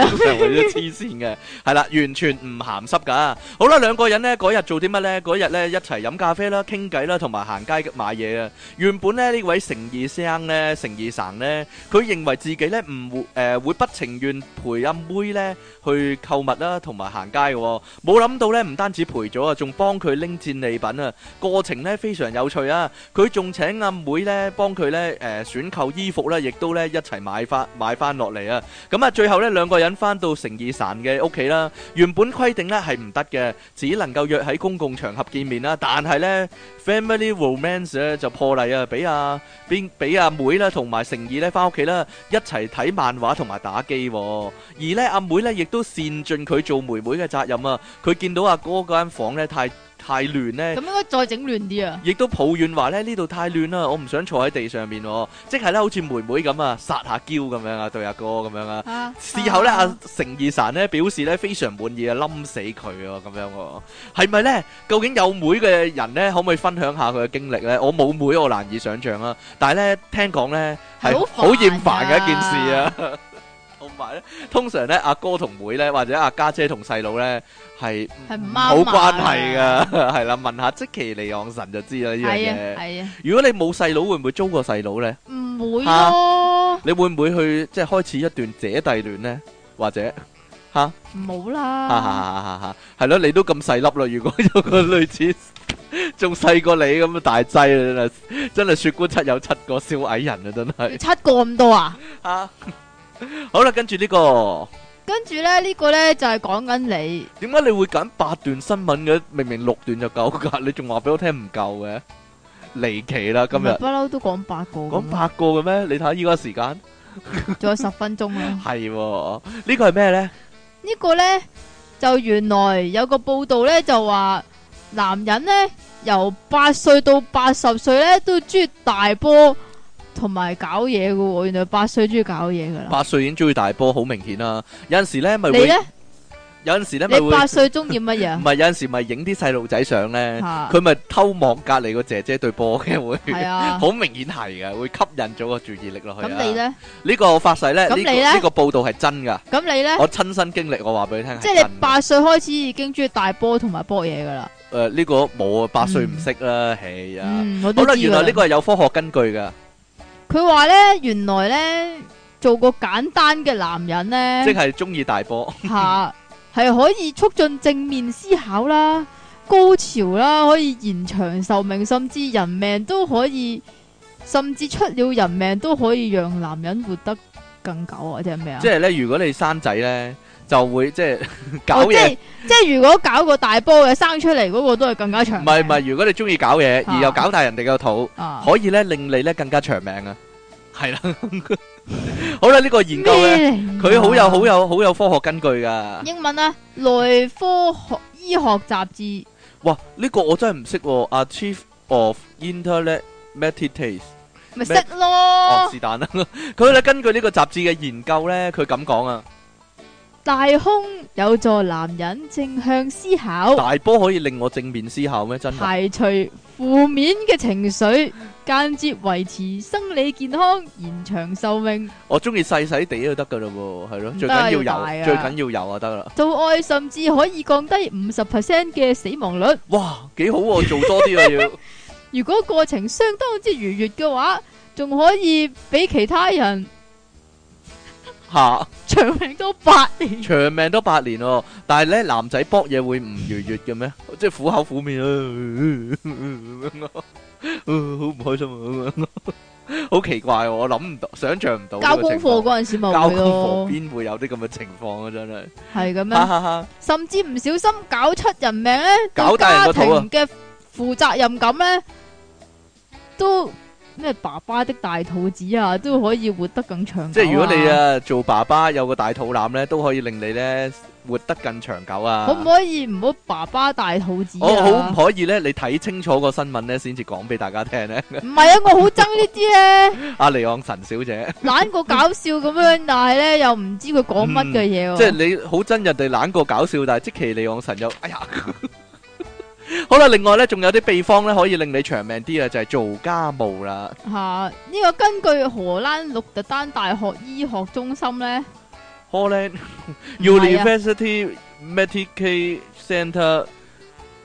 A: (laughs)
B: 啊，
A: 真係為咗黐線嘅，係啦，完全唔鹹濕噶。好啦，兩個人呢嗰日做啲乜呢？嗰日呢一齊飲咖啡啦、傾偈啦，同埋行街買嘢啊。原本呢，呢位誠意生呢，誠意神呢，佢認為自己呢唔會誒、呃、會不情願陪阿妹呢去購物啦，同埋行街嘅喎。冇諗到呢，唔單止陪咗啊，仲幫佢拎戰利品啊。過程呢非常有趣啊！佢仲請阿妹呢幫佢呢誒選購衣服啦，亦都呢一齊買翻買翻落嚟啊！咁啊，最後呢，兩個人翻到誠意神嘅屋企啦。原本規定呢係唔得嘅，只能夠約喺公共場合見面啦。但係呢 Family Romance 咧就破例啊，俾阿邊俾阿妹啦同埋誠意呢翻屋企啦，一齊睇漫畫同埋打機喎。而呢，阿妹呢亦都善盡佢做妹妹嘅責任啊。佢見到阿哥嗰間房呢太太亂呢。
B: 咁應該再整亂
A: (laughs)
B: 啲啊！
A: 亦都抱怨話咧呢度太亂啦，我唔想坐喺地上面喎，即係咧好似妹妹咁啊，撒下嬌咁樣啊，對阿哥咁樣啊。
B: 啊
A: 事後咧，
B: 啊
A: 阿誠意神咧表示咧非常滿意啊，冧死佢啊咁樣喎，係咪咧？究竟有妹嘅人咧，可唔可以分享下佢嘅經歷咧？我冇妹，我難以想象啊。但係咧，聽講咧係
B: 係好
A: 好厭煩
B: 煩啊
A: 嘅一件事啊。同埋咧，通常咧，阿哥同妹咧，或者阿家姐同細佬咧，係
B: 係唔啱
A: 好關係
B: 碼
A: 噶，係啦。問下即其尼昂神就知啦呢樣
B: 係啊
A: 嘢。
B: 係啊，
A: 如果你冇細佬，會唔會租個細佬咧？
B: 唔會咯，
A: 你會唔會去即係開始一段姐弟戀咧？或者？哈哈
B: 冇啦，
A: 哈哈哈！係咯，你都咁細粒啦，如果有個類似 (laughs) 仲細過你咁大劑啦，真係真係雪姑七有七個小矮人啊，真
B: 要
A: 係
B: 七個咁多啊！
A: 啊！好啦，跟住呢、個
B: 跟住咧呢個咧就係講緊你，
A: 點解你會揀八段新聞嘅？明明六段就夠噶，你仲話俾我聽唔夠嘅，離奇啦！今日
B: 唔係不嬲都講八個㗎嘛，
A: 講八個嘅咩？你睇依家時間
B: 仲有十分鐘啦。
A: 係喎，呢個係咩咧？
B: 呢個呢，就原來有個報道呢，就話，男人呢，由八歲到八十歲呢，都中意大波同埋搞嘢噶喎。原來八歲中意搞嘢噶啦。
A: 八歲已經中意大波，好明顯啦。有陣時咧咪
B: 你
A: 會
B: 呢？，
A: 有陣時咧咪
B: 你
A: 會。
B: 八歲中意乜嘢
A: 唔 (laughs)
B: 啊？
A: 係有陣時咪影啲細路仔相咧，
B: 嚇
A: 佢咪偷望隔離個姐姐對波嘅會，
B: 係啊。
A: 好明顯係嘅，會吸引咗個注意力落去啊。
B: 咁你呢？
A: 呢個發誓咧，呢
B: 咁
A: 個
B: 你呢
A: 呢個報道係真㗎，
B: 咁你呢？
A: 我親身經歷，我話俾哦你聽係
B: 即
A: 真㗎。啊
B: 係你八歲開始已經中意大波同埋波嘢噶啦。
A: 誒呢個冇啊，八歲唔識啦，係啊。
B: 嗯，我
A: 好
B: 都
A: 啦，
B: 知
A: 原
B: 㗎
A: 來
B: 啦
A: 呢個係有科學根據㗎，
B: 佢話呢，原來呢，做個簡單嘅男人呢。
A: 即係中意大波。
B: 下係可以促進正面思考啦、高潮啦，可以延長壽命，甚至人命都可以，甚至出了人命都可以讓男人活得更久啊！即係咩啊？
A: 即係咧，如果你生仔咧，就會即
B: (laughs)
A: 係搞
B: 哦即
A: 嘢。
B: 係即係如果搞個大波嘅生出嚟嗰個都係更加長
A: 唔
B: 命，
A: 係唔
B: (laughs)
A: 係，如果你中意搞嘢，而又
B: 啊
A: 搞大人哋個肚。
B: 啊？
A: 可以咧令你咧更加長命啊，係啦。 (laughs) 好啦，呢、個研究咧，
B: 咩嚟㗎
A: 佢好有好有好有科學根據噶。
B: 英文啊，內科學醫學雜誌
A: 哇，呢、個我真係唔識喎。A Chief of Internet Meditation，咩
B: 咪識咯
A: 哦。是但啦。 (laughs) 佢咧根據呢個雜誌嘅研究咧，佢咁講啊，
B: 大胸有助男人正向思考。
A: 大波可以令我正面思考咩？真係
B: 排除負面嘅情緒，間接維持生理健康，延長壽命。
A: 我中意細細地就得噶啦喎，係咯，
B: 唔
A: 最
B: 得啊
A: 緊
B: 要
A: 要
B: 大
A: 有，
B: 啊
A: 最緊要有啊，得啦。
B: 做愛甚至可以降低五十 percent 嘅死亡率。
A: 哇，幾好喎，做多啲啊要。
B: 如果過程相當之愉悅嘅話，仲可以比其他人
A: 嚇！
B: 長命多八年。
A: 長命都八年喎，但係咧男仔搏嘢會唔愉悦嘅咩？即係苦口苦面啊，咁樣咯呃好唔開心啊，咁樣咯好奇怪喎，我諗唔到，想象唔到呢
B: 交
A: 個
B: 功
A: 情況。
B: 課嗰陣時咪
A: 交
B: 會
A: 功課
B: 咯，
A: 邊啊會有啲咁嘅情況啊？真係，
B: 係咁
A: 哈
B: 樣，
A: 哈哈！
B: 甚至唔小心搞出人命咧，
A: 搞
B: 對
A: 大人啊
B: 家
A: 個肚啊
B: 庭嘅負責任感咧都咩爸爸的大肚子啊，都可以活得更長久、
A: 即係如果你，啊做爸爸有個大肚腩咧，都可以令你咧活得更長久啊。
B: 可唔可以唔好爸爸大肚子啊？
A: 我可唔可以咧？你睇清楚個新聞咧，先至講俾大家聽
B: (laughs)
A: 咧。
B: 唔係啊，我好憎呢啲咧，
A: 阿尼昂神小姐，
B: 懶過搞笑咁樣，但係咧又唔知佢講乜嘅嘢喎。
A: 即係你好憎人哋懶過搞笑，但係即其尼昂神又 (laughs) 哎呀。好啦，另外咧，仲有啲秘方咧，可以令你長命啲啊，就係、做家務啦。
B: 吓呢個根據荷蘭鹿特丹大學醫學中心咧，
A: Holland
B: 唔係啊
A: University Medical Center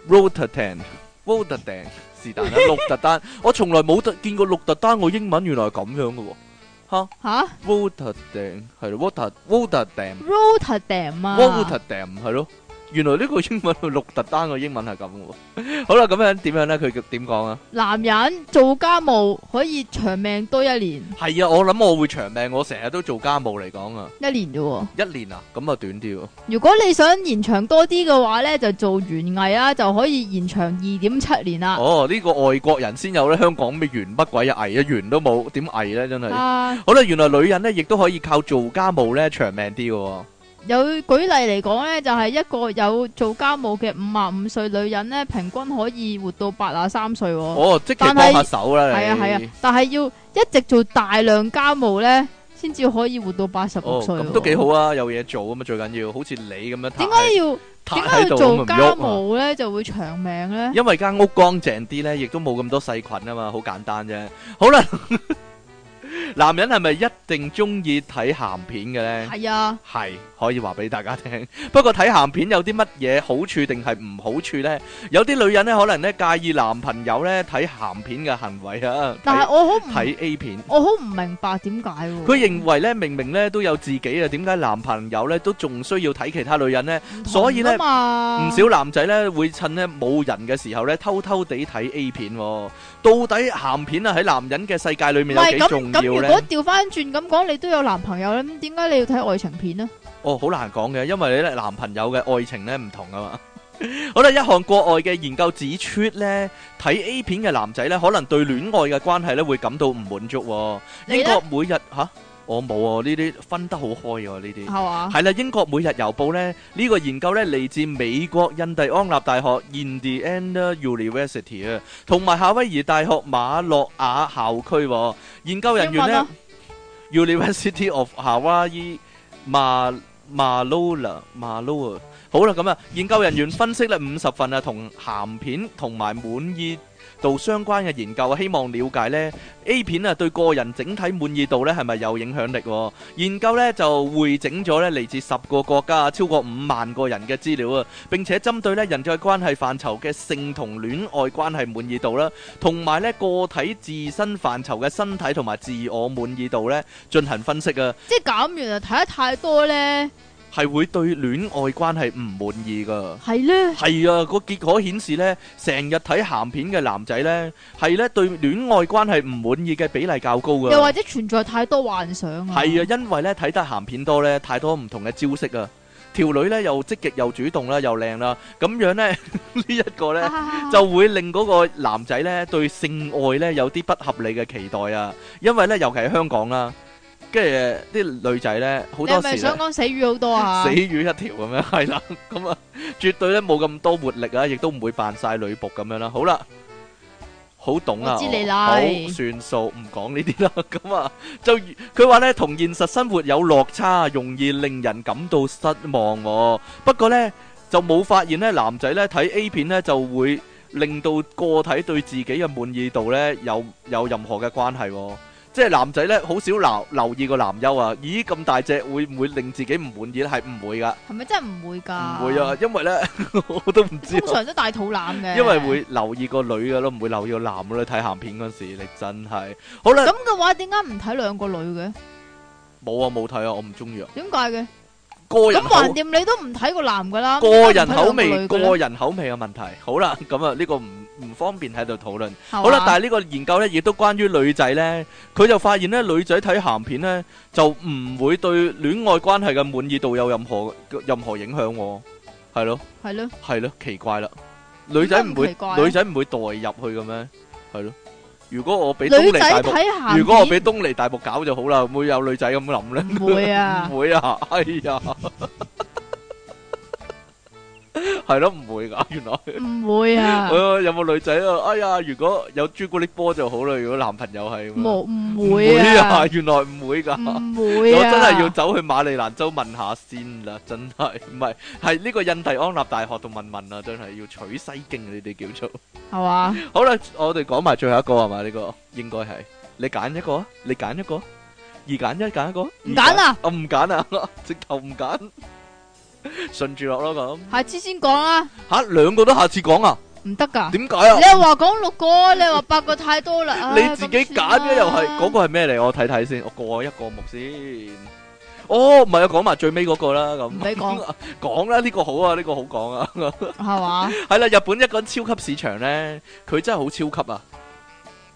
A: Rotterdam Rotterdam 是但啦，鹿特丹，我從來冇得見過鹿特丹個英文原來係咁樣嘅喎。
B: 吓
A: Rotterdam 係咯，Rotter Rotterdam
B: Rotterdam 啊
A: Rotterdam 係咯，原來呢個英文鹿特丹個英文係咁嘅喎。好啦，咁樣點樣咧？佢點講啊？
B: 男人做家務可以長命多一年，
A: 係啊，我諗我會長命，我成日都做家務嚟講啊，
B: 一年啫喎。
A: 一年啊，咁啊短啲喎。
B: 如果你想延長多啲嘅話呢，就做園藝啦，就可以延長二點七年啦。
A: 哦，呢、個外國人先有咧，香港咩圓乜鬼啊，藝啊圓都冇，點藝咧真係。
B: 啊，
A: 好啦，原來女人咧亦都可以靠做家務咧長命啲嘅喎。
B: 有舉例嚟講呢，就係、一個有做家務嘅五十五歲女人呢，平均可以活到八啊三歲喎。
A: 哦，即係
B: 但係
A: 幫下手啦，
B: 係啊
A: 你
B: 係啊，但係要一直做大量家務呢，先至可以活到八十六
A: 哦，
B: 歲喎。
A: 咁都幾好啊，有嘢做咁啊，最緊要好似你咁樣
B: 點
A: 攤
B: 解要
A: 攤
B: 點解
A: 喺度
B: 要
A: 咁
B: 做
A: 唔
B: 家
A: 喐啊。
B: 務呢？就會長命呢？
A: 因為間屋乾淨啲咧，亦都冇咁多細菌啊嘛，好簡單啫。好啦， (laughs) 男人係咪一定中意睇鹹片嘅咧？
B: 係啊，
A: 係可以話俾大家聽。 (laughs) 不過睇鹹片有啲乜嘢好處定係唔好處呢？有啲女人呢，可能呢介意男朋友呢睇鹹片嘅行為啊，
B: 但係
A: 睇
B: 我好唔
A: 睇 A 片。
B: 我好唔明白點解喎。
A: 佢認為呢，明明呢都有自己啊，點解男朋友呢都仲需要睇其他女人呢？所以呢
B: 唔同啊嘛
A: 唔少男仔呢會趁呢冇人嘅時候呢偷偷地睇 A 片、喎。到底鹹片啊喺男人嘅世界裏
B: 唔
A: 面有
B: 係
A: 幾
B: 咁
A: 重
B: 咁，如
A: 要呢？
B: 果調翻轉咁講，你都有男朋友咧，咁點解你要睇愛情片呢？
A: 哦，好難講嘅，因為咧男朋友嘅愛情咧唔同啊嘛。 (laughs) 好啦，一項國外嘅研究指出咧，睇 A 片嘅男仔咧，可能對戀愛嘅關係咧會感到唔滿足、喎。
B: 你
A: 英
B: 呢
A: 國每日吓、我冇啊，呢啲分得好開喎、呢啲
B: 係。嘛？
A: 係啦，英國每日郵報咧呢、個研究咧嚟自美國印第安納大學 Indiana University 啊，同埋夏威夷大學馬洛亞校區、喎。研究人
B: 英
A: 員
B: 文
A: 咧
B: 啊，
A: University of Hawaii 馬馬魯啦馬魯啊，好啦咁啊，研究人員分析咧五十份啊同鹹片同埋滿意度相關嘅研究啊，希望了解呢 A 片啊對個人整體滿意度咧係咪有影響力喎？研究呢就匯整咗咧嚟自十個國家超過五萬個人嘅資料啊，並且針對咧人際關係範疇嘅性同戀愛關係滿意度啦，同埋咧個體自身範疇嘅身體同埋自我滿意度咧進行分析啊。
B: 即係減完啊，睇得太多咧，
A: 係會對戀愛關係唔滿意噶。
B: 係咧，
A: 係啊，個結果顯示呢，成日睇鹹片嘅男仔呢，係呢對戀愛關係唔滿意嘅比例較高噶。
B: 又或者存在太多幻想啊。
A: 係啊，因為呢睇得鹹片多呢，太多唔同嘅招式啊。條女呢又積極又主動啦，又靚啦，咁樣呢， (laughs) 呢一個呢。
B: 啊，
A: 就會令嗰個男仔呢對性愛呢有啲不合理嘅期待啊，因為呢，尤其係香港啦，跟住啲女仔呢，好
B: 你
A: 多
B: 係咪
A: 時
B: 想
A: 呢
B: 講死魚好多啊？
A: 死魚一條咁樣，係啦，咁啊絕對呢冇咁多活力啊，亦都唔會扮晒女僕咁樣啦。好啦，好懂啊，
B: 我知
A: 我
B: 你啦
A: 好算數，唔講呢啲啦。咁啊，就佢話呢，同現實生活有落差，容易令人感到失望喎。不過呢，就冇發現呢，男仔呢睇 A 片呢就會令到個體對自己嘅滿意度呢有有任何嘅關係喎。即係男仔呢，好少留留意個男優啊，咦咁大隻會唔會令自己唔滿意咧？係唔會噶，
B: 係咪真係唔會㗎？
A: 唔會啊，，因為呢， (laughs) 我都唔知
B: 通
A: 啊，
B: 常都大肚腩嘅。
A: 因為會留意個女噶咯，唔會留意個男噶咯。睇鹹片嗰陣時，你真係好啦
B: 咁，嘅話，點解唔睇兩個女嘅？
A: 冇啊冇睇啊，我唔中意啊，
B: 點解嘅？
A: 個人
B: 咁
A: 口
B: 橫掂你都唔睇個男㗎啦，
A: 個人口
B: 點解
A: 味
B: 唔睇兩個女嘅
A: 個
B: 咧
A: 人口味嘅問題。好啦，咁啊呢個唔唔方便喺度討論。
B: 係
A: 好啦，
B: 嘛
A: 但係呢個研究呢，亦都關於女仔呢。佢就發現呢，女仔睇鹹片呢，就唔會對戀愛關係嘅滿意度有任何任何影響喎，係咯，
B: 係咯，
A: 係咯，奇怪啦，女仔唔會
B: 點解咁奇怪啊
A: 女仔唔會代入去嘅咩？係咯，如果我俾東
B: 女
A: 尼
B: 仔
A: 大木，
B: 睇咸
A: 如果我俾東尼大木搞就好啦，會唔會有女仔咁諗咧？
B: 唔會
A: (laughs)
B: 啊，
A: 唔會啊，哎呀，係咯，唔會噶，原來。
B: 唔會
A: (laughs)
B: 啊，
A: 哎呀有冇女仔啊？哎呀，如果有朱古力波就好啦，如果男朋友係咁樣。
B: 冇唔
A: 唔
B: 會啊
A: 啊，，原來唔會噶。
B: 唔
A: 我
B: 會啊，
A: 真係要走去馬里蘭州問下先啦，真係唔係係呢個印第安納大學度問問啊，真係要取西經你哋叫做。 (laughs)
B: 係嘛？
A: 好啦，我哋講埋最後一個係嘛？呢、個應該係你揀一個啊，你揀一個，二揀一揀一個，唔
B: 唔揀啊！
A: 我唔揀啊， (laughs) 直頭唔揀，順住落咯咁。
B: 下次先講啦，
A: 吓、兩個都下次講啊？
B: 唔得㗎。
A: 點解啊
B: 你？又話講六個，你又話八個太多啊啦。唉
A: 你自己揀嘅又係嗰。
B: 咁算啦
A: 個係咩嚟？我睇睇先，我過一個目先。哦，唔係啊，講埋最尾嗰個啦，咁
B: 唔俾講
A: (laughs) 講啦，呢個好啊，呢個好講啊。 (laughs)
B: 係嘛？
A: 係啦，日本一間超級市場咧，佢真係好超級啊，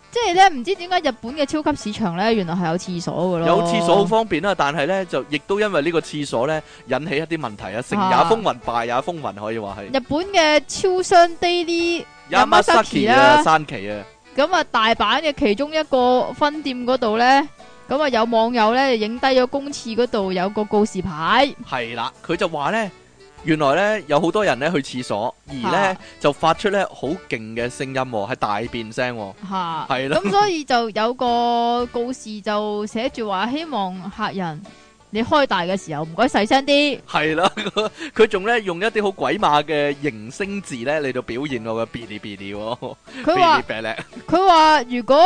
B: 即係咧，唔知點解日本嘅超級市場咧，原來係有廁所嘅咯。
A: 有廁所好方便啦，但係咧就亦都因為呢個廁所咧引起一啲問題啊，成也
B: 啊
A: 風雲，敗也風雲，可以話係。
B: 日本嘅超商 Daily，
A: Yamasaki
B: Yamasaki
A: 啊，
B: 啦
A: 山崎啊，
B: 咁啊大阪嘅其中一個分店嗰度咧，咁啊有網友咧影低咗公廁嗰度有個告示牌，
A: 係啦，佢就話咧，原來咧有好多人咧去廁所，而咧
B: 啊
A: 就發出咧好勁嘅聲音喎，係大便聲喎。
B: 吓，
A: 係啦
B: 咁所以就有個告示就寫住話，希望客人你開大嘅時候唔該細聲啲，
A: 係啦， (laughs) 佢仲咧用一啲好鬼馬嘅形聲字咧嚟到表現我嘅 bili bili 喎
B: 佢話。
A: (laughs) ，bili bili。
B: 佢話如果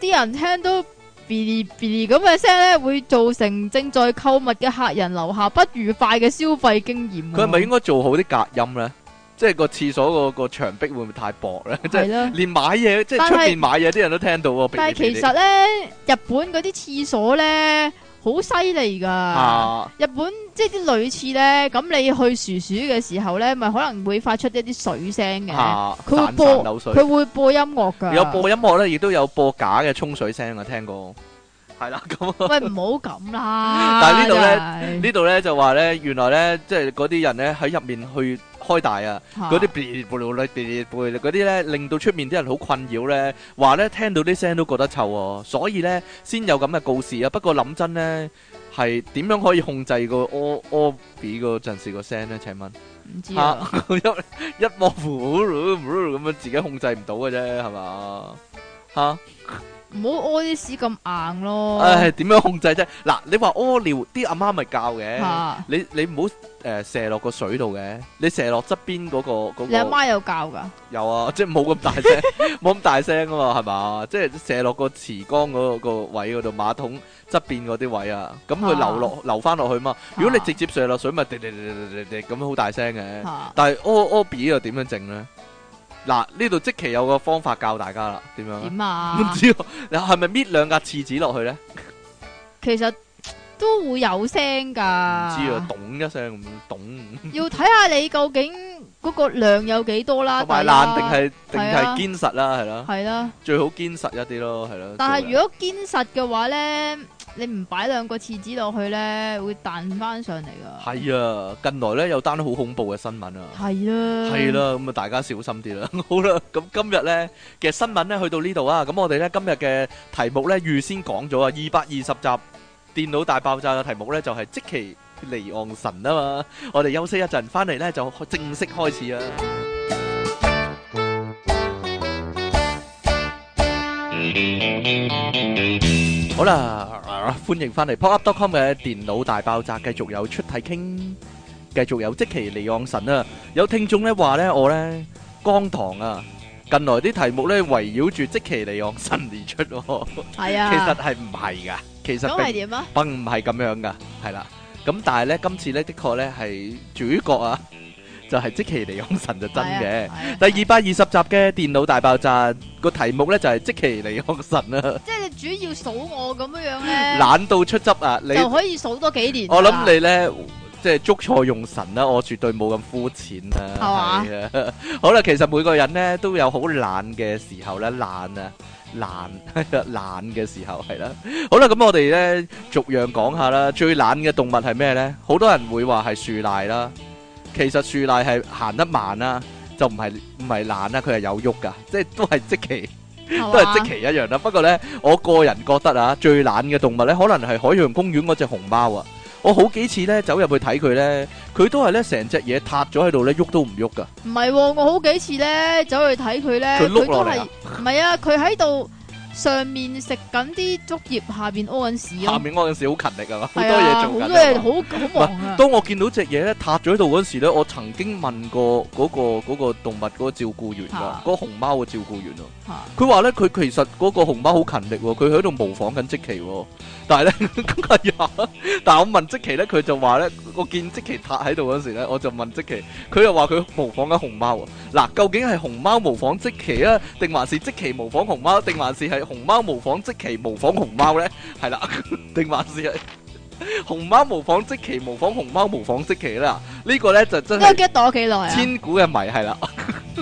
B: 啲人聽到哔哩哔哩咁嘅聲咧，會造成正在購物嘅客人留下不愉快嘅消費經驗喎。
A: 佢係咪應該做好啲隔音咧？即係個廁所個個牆壁會唔會太薄咧？即係
B: 係啦？
A: 連買嘢，即係
B: 但係
A: 出邊買嘢啲人都聽到喎。哔哩
B: 但係其
A: 哔哩
B: 實咧，日本嗰啲廁所咧好犀利噶。
A: 啊，
B: 日本即係啲女廁咧，咁你去薯薯嘅時候咧，咪可能會發出一啲水聲嘅，佢、
A: 啊
B: 佢會
A: 潺
B: 播
A: 潺流水，
B: 會啊播音樂噶。
A: 有播音樂咧，亦都有播假嘅沖水聲啊，聽過。係啦，咁啊
B: 喂，唔好咁啦。
A: (laughs) 但係呢度咧
B: 呢
A: 呢度咧就話咧，原來咧即係嗰啲人咧喺入面去開大啊。嗰啲哔哩咕嚕哔哩咕嚕嗰啲咧，令到出面啲人好困擾咧，話咧聽到啲聲都覺得臭喎，所以咧先有咁嘅告示啊。不過諗真咧，係點樣可以控制個屙屙比嗰陣時個聲咧？
B: (laughs)
A: 請問
B: 唔知啊。
A: 嚇一一望呼嚕咁樣自己控制唔到嘅啫，係嘛嚇？
B: 唔好屙啲屎咁硬咯。
A: 唉，點樣控制啫？嗱，你話屙尿啲阿媽咪教嘅，
B: 嚇
A: 你你唔好誒射落個水度嘅，你射落側邊嗰個嗰個。
B: 你阿媽有教噶，
A: 有啊，即係冇咁大
B: (laughs)
A: 聲，冇咁大聲啊嘛，係嘛？即係射落個池缸嗰個位嗰度，馬桶側邊嗰啲位啊，咁佢流落、流翻落去
B: 啊
A: 嘛。如果你直接射落水，咪滴滴滴滴滴滴咁好大聲嘅。
B: 嚇
A: 但係屙屙 B 又點樣整咧？嗱，呢度即期有個方法教大家啦，點樣呢？
B: 點
A: 唔 (laughs)
B: 啊？
A: 知喎你係咪搣兩格廁紙落去咧？唔
B: 其實都會有聲噶，
A: 知啊，咚一聲咁樣，咚。
B: (laughs) 要睇下你究竟嗰個量有幾多啦，
A: 同埋
B: 第一
A: 爛
B: 啦
A: 定係啊定
B: 啊係啊
A: 係堅實啦，係啦，
B: 係啦。
A: 最好堅實一啲咯，係啦。
B: 但
A: 做
B: 係
A: 人
B: 如果堅實嘅話咧，你唔擺兩個廁紙落去咧，會彈翻上嚟噶。
A: 係啊，近來咧有單好恐怖嘅新聞啊，
B: 係啦，
A: 係啦，咁啊大家小心啲啦。 (laughs) 好啦，咁今日咧嘅新聞咧去到呢度啊，咁我哋咧今日嘅題目咧預先講咗啊，二百二十集電腦大爆炸嘅題目咧就係即其離岸神啊嘛，我哋休息一陣，翻嚟咧就正式開始啊。好啦，歡迎翻嚟 popup.com 嘅電腦大爆炸，繼續有出體傾，繼續有即其離岸神啊！有聽眾咧話咧，我咧江堂啊，近來啲題目咧圍繞住即其離岸神而出喎，
B: 係
A: 其實
B: 啊。
A: 係唔係噶？其
B: 咁係
A: 實並
B: 點啊？
A: 並唔係咁樣噶，係啦。咁但係咧，今次咧的確咧係主角啊，就係即其離岸神就真
B: 啊
A: 嘅。第二
B: 嘅
A: 百二十集嘅電腦大爆炸個題目咧就係即其離岸神啊！
B: 即係你主要數我咁樣樣咧，
A: 懶到出汁啊！你
B: 就可以數多幾年㗎啦。
A: 我諗你咧，即係捉錯用神啦，我絕對冇咁膚淺啦。
B: 嘛
A: 係啊， (laughs) 好啦，其實每個人咧都有好懶嘅時候咧，懶啊。懶 (laughs) 懶嘅時候係啦，好啦，咁我哋咧逐樣講下啦。最懶嘅動物係咩咧？好多人會話係樹懶啦，其實樹懶係行得慢啦，就唔係唔係懶啦，佢係有喐噶，即係都係即期
B: 係嘛？
A: 都係即其一樣啦。不過呢，我個人覺得啊，最懶嘅動物呢，可能係海洋公園嗰只熊貓啊。我好幾次呢，走入去睇佢呢，佢都係呢成隻嘢塌咗喺度呢，喐都唔喐噶。
B: 唔係喎，我好幾次呢，走去睇佢呢，
A: 佢
B: 佢
A: 碌
B: 都
A: 落嚟
B: 係-
A: 啊，
B: 唔係啊，佢喺度上面食緊啲竹葉，下面屙緊屎咯。
A: 下面嗰陣時好勤力啊，好多
B: 係啊，
A: 嘢做緊啊。
B: 好多嘢，好-好忙啊。
A: 當我見到隻嘢咧塌咗喺度嗰陣時咧，我曾經問過嗰、個嗰、個動物嗰個照顧員啊
B: 啊，
A: 嗰個熊貓嘅照顧員啊，佢話咧佢其實嗰個熊貓好勤力喎，佢喺度模仿緊積淇喎，但係咧 (laughs) 咁啊，但係我問積淇咧，佢就話咧，我見積淇塌喺度嗰時咧，我就問積淇，佢又話佢模仿緊熊貓啊，嗱，究竟係熊貓模仿積淇啊，定還是積淇模仿熊貓，定還是係熊貓模仿積淇模仿熊貓咧？係啦， (laughs) 定還是係熊貓模仿積淇模仿熊貓模仿積淇啦？呢個咧就真係。
B: 呢個get到咗幾耐啊？
A: 千古嘅迷係啦， (laughs)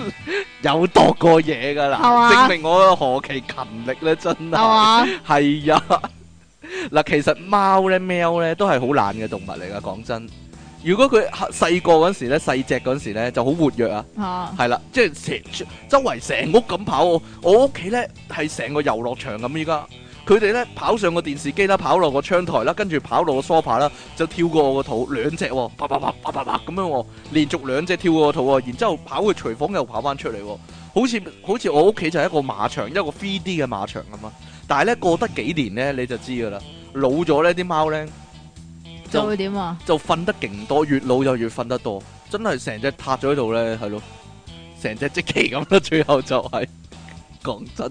A: 有度過嘢噶
B: 係
A: 啦，
B: 嘛
A: 證明我何其勤力咧，真係
B: 係嘛？
A: 係呀。嗱，其實貓咧、喵咧都係好懶嘅動物嚟噶，講真。如果佢細個嗰時咧、細只嗰時咧就好活躍啊，係啦，即係成周圍成屋咁跑。我我屋企咧係成個遊樂場咁依家，佢哋咧跑上個電視機啦，跑落個窗台啦，跟住跑落個 sofa 啦，就跳過我個肚，兩隻喎，啪啪啪啪啪啪咁樣喎，連續兩隻跳過個肚喎，然之後跑去廚房又跑翻出嚟喎，好似好似我屋企就係一個馬場，一個 3D 嘅馬場咁啊。但係咧過得幾年咧你就知噶啦，老咗呢啲貓咧就
B: 啊，就會點啊？
A: 就瞓得勁多，越老就越瞓得多，真係成隻塌咗喺度咧，係咯，成隻積淇咁啦，最後就係、講真，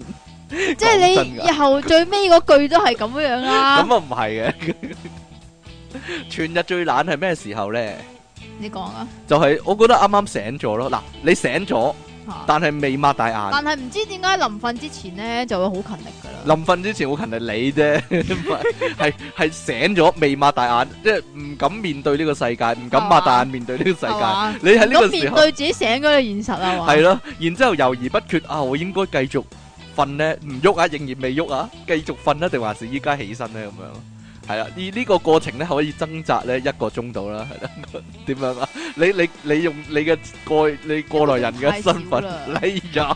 B: 即係
A: 講
B: 你
A: 真㗎
B: 以後最尾嗰句都係咁樣啦。
A: 咁啊唔係嘅，全日最懶係咩時 (laughs) 候咧？
B: 你講啊，
A: 就係、我覺得啱啱醒咗咯，嗱，你醒咗，
B: 嚇
A: 但係未擘大眼，
B: 但係唔知點解臨瞓之前咧就會好勤力㗎啦。
A: 臨瞓之前好勤力你啫， (laughs) 唔係係係醒咗未擘大眼，即係唔敢面對呢個世界，唔敢擘大眼面對呢個世
B: 係
A: 界。
B: 嘛？
A: 你喺呢
B: 咁
A: 個時
B: 面
A: 候。
B: 對自己醒咗嘅現實啊嘛。
A: 系咯，然之后猶豫不決啊，我應該繼續瞓呢？唔喐啊，仍然未喐啊，繼續瞓啦，定還是依家起身呢？咁樣係啦，呢呢個過程呢，可以掙扎呢一個鐘度啦，係啦， (laughs) 點樣啊？你你你用你嘅過你過來人嘅身份，
B: 太
A: 哎呀，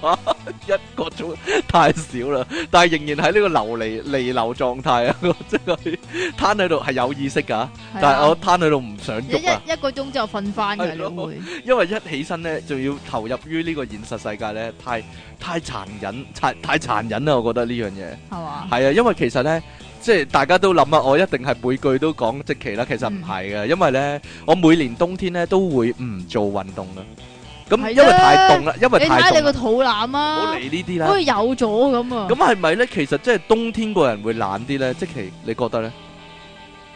A: 一個鐘太少啦，但係仍然喺呢個流離離流狀態啊， (laughs) 我即係攤喺度係有意識㗎，
B: 係啊，
A: 但係我攤喺度唔想
B: 你
A: 喐啊。
B: 一一個鐘之後瞓翻㗎，
A: 係咯
B: 你會
A: 因為一起身咧，就要投入於呢個現實世界咧，太太殘忍，太太殘忍啊啦！我覺得呢樣嘢
B: 係嘛？
A: 係啊，因為其實咧，即係大家都諗啊，我一定係每句都講即期啦，其實唔係
B: 嗯
A: 嘅，因為咧，我每年冬天咧都會唔做運動嘅，咁
B: 係啊
A: 因為太凍啦，因
B: 你
A: 為
B: 睇
A: 太
B: 下你
A: 凍
B: 個
A: 啦，
B: 肚腩
A: 唔好
B: 啊，
A: 理呢啲
B: 好
A: 啦。
B: 似有咗咁
A: 咁
B: 啊，
A: 係咪咧？其實即係冬天個人會懶啲咧，即期你覺得咧？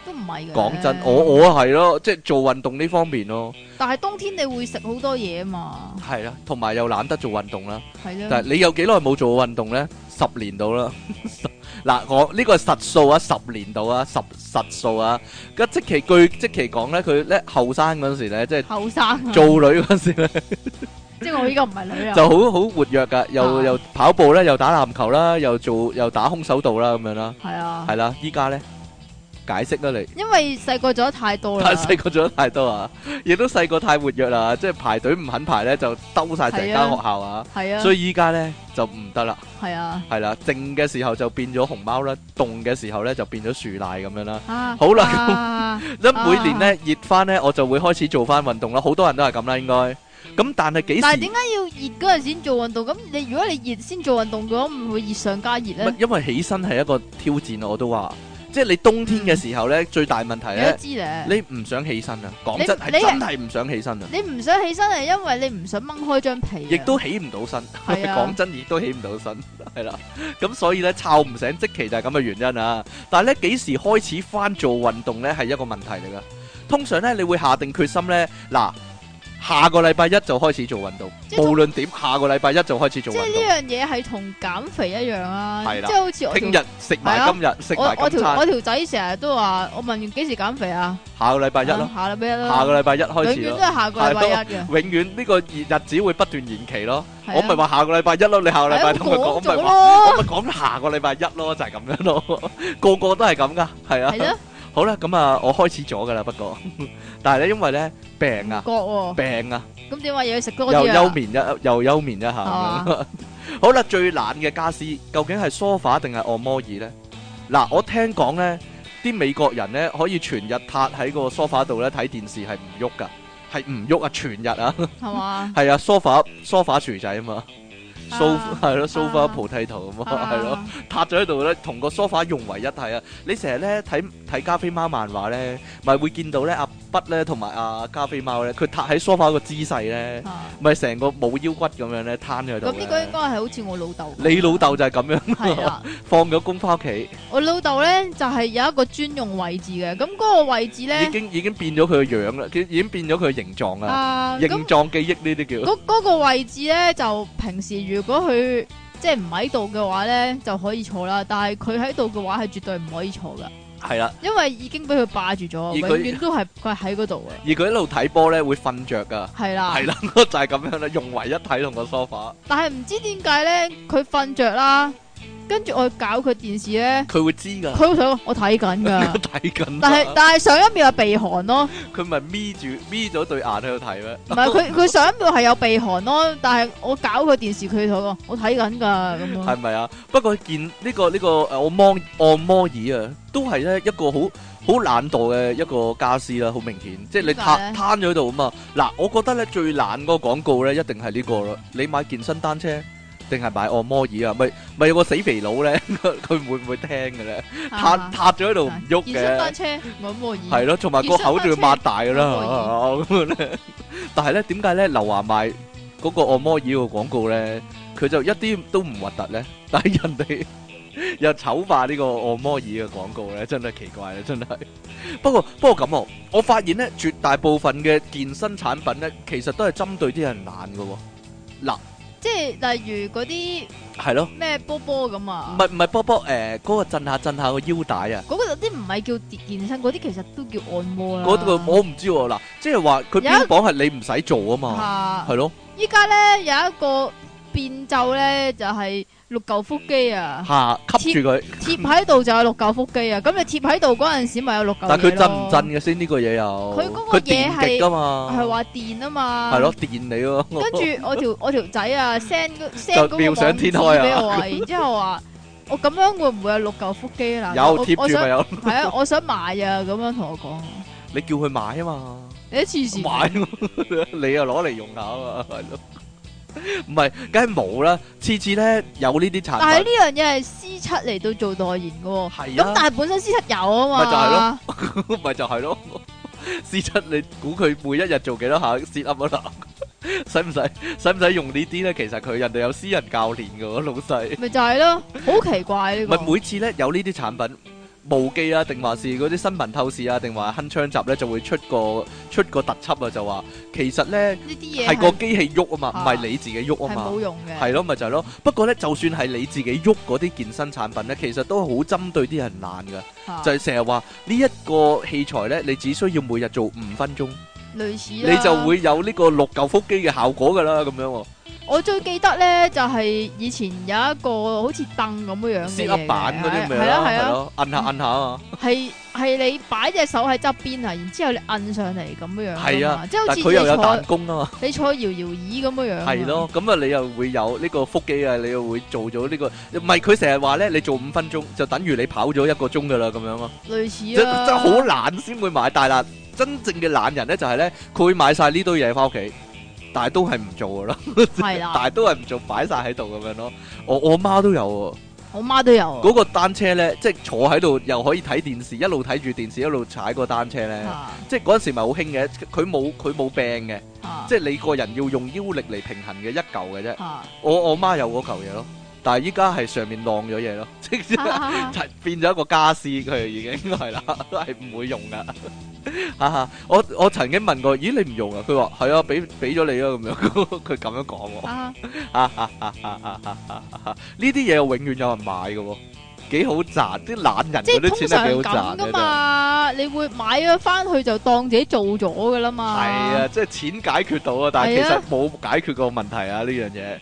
B: 都唔係嘅。
A: 講真，我，我係咯，即係做運動呢方面咯，
B: 但係冬天你會食好多嘢啊嘛，
A: 係啦，同埋又懶得做運動啦。
B: 係咯
A: 但。係你有幾耐冇做過運動呢？十年到啦。嗱，我呢個係實數啊，十年到啊，十實數啊。咁即其據即其講呢，佢呢後生嗰陣時呢， (laughs) 即係
B: 後生啊，
A: 做女嗰陣時呢，
B: 即係我依家唔係女啊，
A: 就好好活躍噶，又
B: 啊
A: 又跑步啦，又打籃球啦，又做又打空手道啦，咁樣啦，
B: 係啊
A: 係，啦。依家呢，解釋啦你。
B: 因為細個做得太多啦
A: 太，細個做得太多啊，亦都細個太活躍啦，即係排隊唔肯排呢，就兜晒成間
B: 係啊
A: 學校啊，
B: 係啊，
A: 所以依家呢，就唔得啦。
B: 係啊，
A: 係啦，靜嘅時候就變咗熊貓啦，凍嘅時候咧就變咗樹奶咁樣啦。
B: 啊
A: 好啦
B: 啦，
A: 咁每年咧熱翻咧，我就會開始做翻運動啦。好多人都係咁啦，應該。咁但係幾
B: 但係
A: 時
B: 點？解要熱嗰陣先做運動？咁你如果你熱先做運動嘅話，唔會熱上加熱
A: 唔係
B: 咧？
A: 因為起身係一個挑戰啊，我都話。即係你冬天嘅時候咧，最大問題
B: 你都
A: 咧，
B: 知咧。
A: 你唔想起身啊。講
B: 嗯你
A: 真係
B: 你
A: 真係唔想起身啊，
B: 你唔想起身係因為你唔想掹開張被啊，
A: 亦都起唔到身。
B: 係
A: (laughs)
B: 啊
A: 講真，亦都起唔到身， (laughs) 係啦。咁所以咧，摷唔醒即期就係咁嘅原因啊。但係咧，幾時開始翻做運動咧，係一個問題嚟噶。通常咧，你會下定決心咧，嗱，下個禮拜一就開始做運動，
B: 即係
A: 無論點，下個禮拜一就開始做
B: 即係
A: 運
B: 呢樣嘢係同減肥一樣啊，
A: 係啦
B: 即係好似我
A: 動。聽
B: 條
A: 日食埋今日，食
B: 我
A: 埋
B: 我
A: 今
B: 條
A: 餐
B: 我，條仔成日都話，我問幾時減肥啊？
A: 下個禮拜一咯
B: 啊，下禮拜一啦，
A: 下個禮拜一開始
B: 永遠都
A: 咯，
B: 係下個禮拜一嘅。
A: 永遠呢個日子會不斷延期咯。
B: 係啊
A: 我咪話下個禮拜一咯，你下個禮拜
B: 係啊
A: 同我講，我
B: 我講咗
A: 咪話 (laughs)
B: 咯，
A: 我咪講下個禮拜一咯，就 (laughs) 係咁樣咯，個個都係咁噶，係啊
B: 係。咯，
A: 好啦，咁啊，我開始咗噶啦，不過， (laughs) 但係咧，因為咧
B: 唔
A: (laughs) 病啊，
B: 覺喎。
A: 病啊，
B: 咁點話又要食多
A: 又
B: 啲
A: 休
B: 啊？
A: 眠一又休眠一下咁
B: 嘛
A: 樣， (laughs) 好啦，最懶嘅家私究竟係梳化定係按摩椅呢？嗱，我聽講呢啲美國人呢可以全日塌喺個梳化度咧睇電視係唔喐噶，係唔喐啊，全日
B: (laughs)
A: 啊，
B: 系
A: (laughs)
B: 嘛？
A: 係啊，梳化梳化薯仔啊嘛，sofa
B: 啊
A: 係咯，sofa
B: 啊
A: 菩提頭啊嘛，
B: 啊
A: 係咯，，塌咗喺度咧，同個梳化融為一體啊！你成日咧睇睇加菲貓漫畫咧，咪會見到咧阿筆咧同埋阿加菲貓咧，佢塌喺梳化個姿勢咧，
B: 啊
A: 咪成個冇腰骨咁樣咧攤喺度
B: 咁
A: 嘅。
B: 呢個應該係好似我老豆。
A: 你老豆就係咁樣。
B: 係啦，
A: (laughs) 放咗工翻屋企，
B: 我老豆咧就係有一個專用位置嘅，咁嗰個位置
A: 已
B: 咧
A: 經已經變咗佢嘅樣啦，佢已經變咗佢嘅形狀啦，
B: 啊，
A: 形
B: 咁
A: 狀記憶呢啲叫
B: 嗰嗰個位置咧就平時如果佢即係唔喺度嘅話咧就可以坐啦，但係佢喺度嘅話係絕對唔可以坐噶，
A: 係啦。
B: 因為已經俾佢霸住咗，
A: 而
B: 永
A: 佢
B: 遠都係佢係喺嗰度
A: 而
B: 嘅，
A: 佢一路睇波咧會瞓着噶，
B: 係啦，
A: 係啦， (laughs) 就係咁樣啦，融為一體同個 sofa，
B: 但係唔知點解咧佢瞓着啦，跟住我搞佢電視咧，
A: 佢會知噶，
B: 佢好想我睇緊㗎，
A: 睇緊㗎。
B: (laughs) 但係但係上一秒係鼻鼾咯。
A: 佢咪眯住眯咗對眼喺度睇咩？
B: 唔係佢佢上一秒係有鼻鼾咯，但係我搞佢電視佢同我講我睇緊㗎咁
A: 係
B: 樣，
A: 咪啊？不過見呢、個呢、個誒按摩按摩椅啊，都係咧一個好好懶惰嘅一個家私啦，好明顯，即係你
B: 點
A: 攤
B: 解
A: 攤咗喺度啊嘛。嗱，我覺得咧最懶嗰個廣告咧，一定係呢個咯。你買健身單車定係買按摩椅啊？咪咪有個死肥佬咧，佢 (laughs) 佢會唔會聽嘅咧？攤
B: 啊
A: 攤咗喺度唔喐
B: 健身
A: 嘅
B: 單。車按摩椅
A: 係咯，同埋個口仲要擘大噶啦，
B: 按
A: (laughs) 咁樣咧。但係咧，點解咧劉華賣嗰個按摩椅個廣告咧，佢就一啲都唔核 (laughs) 突咧，但係人哋又醜化呢個按摩椅嘅廣告咧，真係奇怪啦，真係。 (laughs) 不過不過咁啊，我發現咧，絕大部分嘅健身產品咧，其實都係針對啲人懶嘅喎。
B: 即係例如嗰啲
A: 係咯，
B: 咩波波咁啊
A: 唔，係唔係波波誒嗰個震下震下個腰帶啊，
B: 嗰個有啲唔係叫健身，嗰啲其實都叫按摩啦。
A: 嗰個我唔知喎嗱，即係話佢
B: 有一
A: 標榜係你唔使做啊嘛，
B: 啊
A: 係，咯。
B: 依家咧有一個變奏咧就係六嚿腹肌啊，
A: 下吸住佢，
B: 貼喺度就有六嚿腹肌啊，咁你貼喺度嗰陣時咪有六嚿嘢咯。
A: 但係佢震唔震啊嘅先呢個嘢又，
B: 佢嗰個嘢係
A: 電極噶嘛，
B: 係話電啊嘛。
A: 係咯電你
B: (laughs)
A: 咯，
B: 跟住
A: (laughs)
B: 我條我條仔啊 send 嗰 send 嗰個
A: 妙
B: 網
A: 想天
B: 址俾
A: 開啊
B: 我啊，然之後話我咁樣會唔會有六嚿腹肌啊？嗱
A: 有貼住咪有，
B: 係啊，我想買啊，咁樣同我講，
A: 你叫佢買啊嘛，
B: 你都黐線
A: 買咯 (laughs) 你又攞嚟用下啊嘛，係咯，唔係梗係冇啦，次次咧有呢啲
B: 但係
A: 產
B: 呢
A: 品，
B: 樣嘢係 C 七嚟到做代言嘅喎，
A: 係
B: 咁但
A: 啊，
B: 係本身 C 七有啊嘛，
A: 咪就係咯， (laughs) 咪就係咯，試出你估佢每一日做幾多下 sit up 啊啦，使唔使使唔使用呢啲咧？其實佢人哋有私人教練嘅喎，老細。
B: 咪就係咯，好奇怪呢
A: 唔係
B: 個，
A: 每次咧有呢啲產品，無記啊，定還是嗰啲新聞透視啊，定話鏗鏘集咧就會出個出個特輯啊，就話其實咧
B: 呢啲嘢
A: 係個機器喐啊嘛，唔
B: 啊
A: 係你自己喐啊
B: 係
A: 嘛
B: 冇。用嘅，
A: 係咯，咪就係咯。不過咧，就算係你自己喐嗰啲健身產品咧，其實都好針對啲人懶㗎，
B: 啊
A: 就係成日話呢一個器材咧，你只需要每日做五分鐘，
B: 類似啦
A: 你就會有呢個六嚿腹肌嘅效果㗎啦，咁樣喎。
B: 我最記得咧就係以前有一個好似凳咁樣樣嘅
A: sit
B: 嘢
A: up
B: 嘅
A: 板嗰啲咪
B: 係啦係啊
A: 啦，
B: 啦
A: 係。咯，摁下摁下啊嘛。
B: 系系你擺隻手喺側邊啊，然之后你摁上嚟咁樣样，
A: 係啊，
B: 即係好
A: 但
B: 似
A: 佢又有彈
B: 你
A: 弓啊嘛。
B: 坐你坐搖搖椅咁樣样啊，
A: 係咯，咁啊你又會有呢個腹肌啊，你又會做咗呢、個，唔係佢成日話咧，你做五分鐘就等於你跑咗一個鐘噶啦，咁樣咯，
B: 類
A: 真
B: 似
A: 真
B: 啊，
A: 係好懶先會買，但係啦真正嘅懶人咧就係咧，佢會買晒呢堆嘢翻屋企，但係都係唔做噶咯，
B: 係
A: 但
B: 啦，
A: 係都係唔做，擺晒喺度咁樣咯。我我媽都有
B: 我媽都有
A: 喎，
B: 啊
A: 嗰、個單車咧，即係坐喺度又可以睇電視，一路睇住電視一路踩個單 (laughs) 車咧，
B: 啊
A: 即係嗰陣時咪好興嘅，佢冇佢冇病嘅，
B: 啊
A: 即係你個人要用腰力嚟平衡嘅一嚿嘅啫。
B: 啊
A: 我我媽有嗰嚿嘢咯，但係依家係上面晾咗嘢咯， (laughs) 即係變咗一個家私，佢已經係啦， (laughs) 係唔會用噶。 (laughs) 哈哈，我我曾經問過，咦你唔用啊？佢話係啊，俾俾咗你啊咁樣， (laughs) 佢咁樣講喎。
B: 啊
A: 呢啲嘢永遠有人買嘅喎，幾好賺，啲懶人
B: 即
A: 嗰
B: 係
A: 啲
B: 通
A: 錢
B: 常
A: 係幾好賺
B: 咁
A: 嘅
B: 噶
A: 真係。
B: 嘛，你會買咗翻去就當自己做咗噶啦
A: 係
B: 嘛，
A: 啊，即係錢解決到啊，但係其
B: 係啊
A: 實冇解決過問題啊呢樣嘢。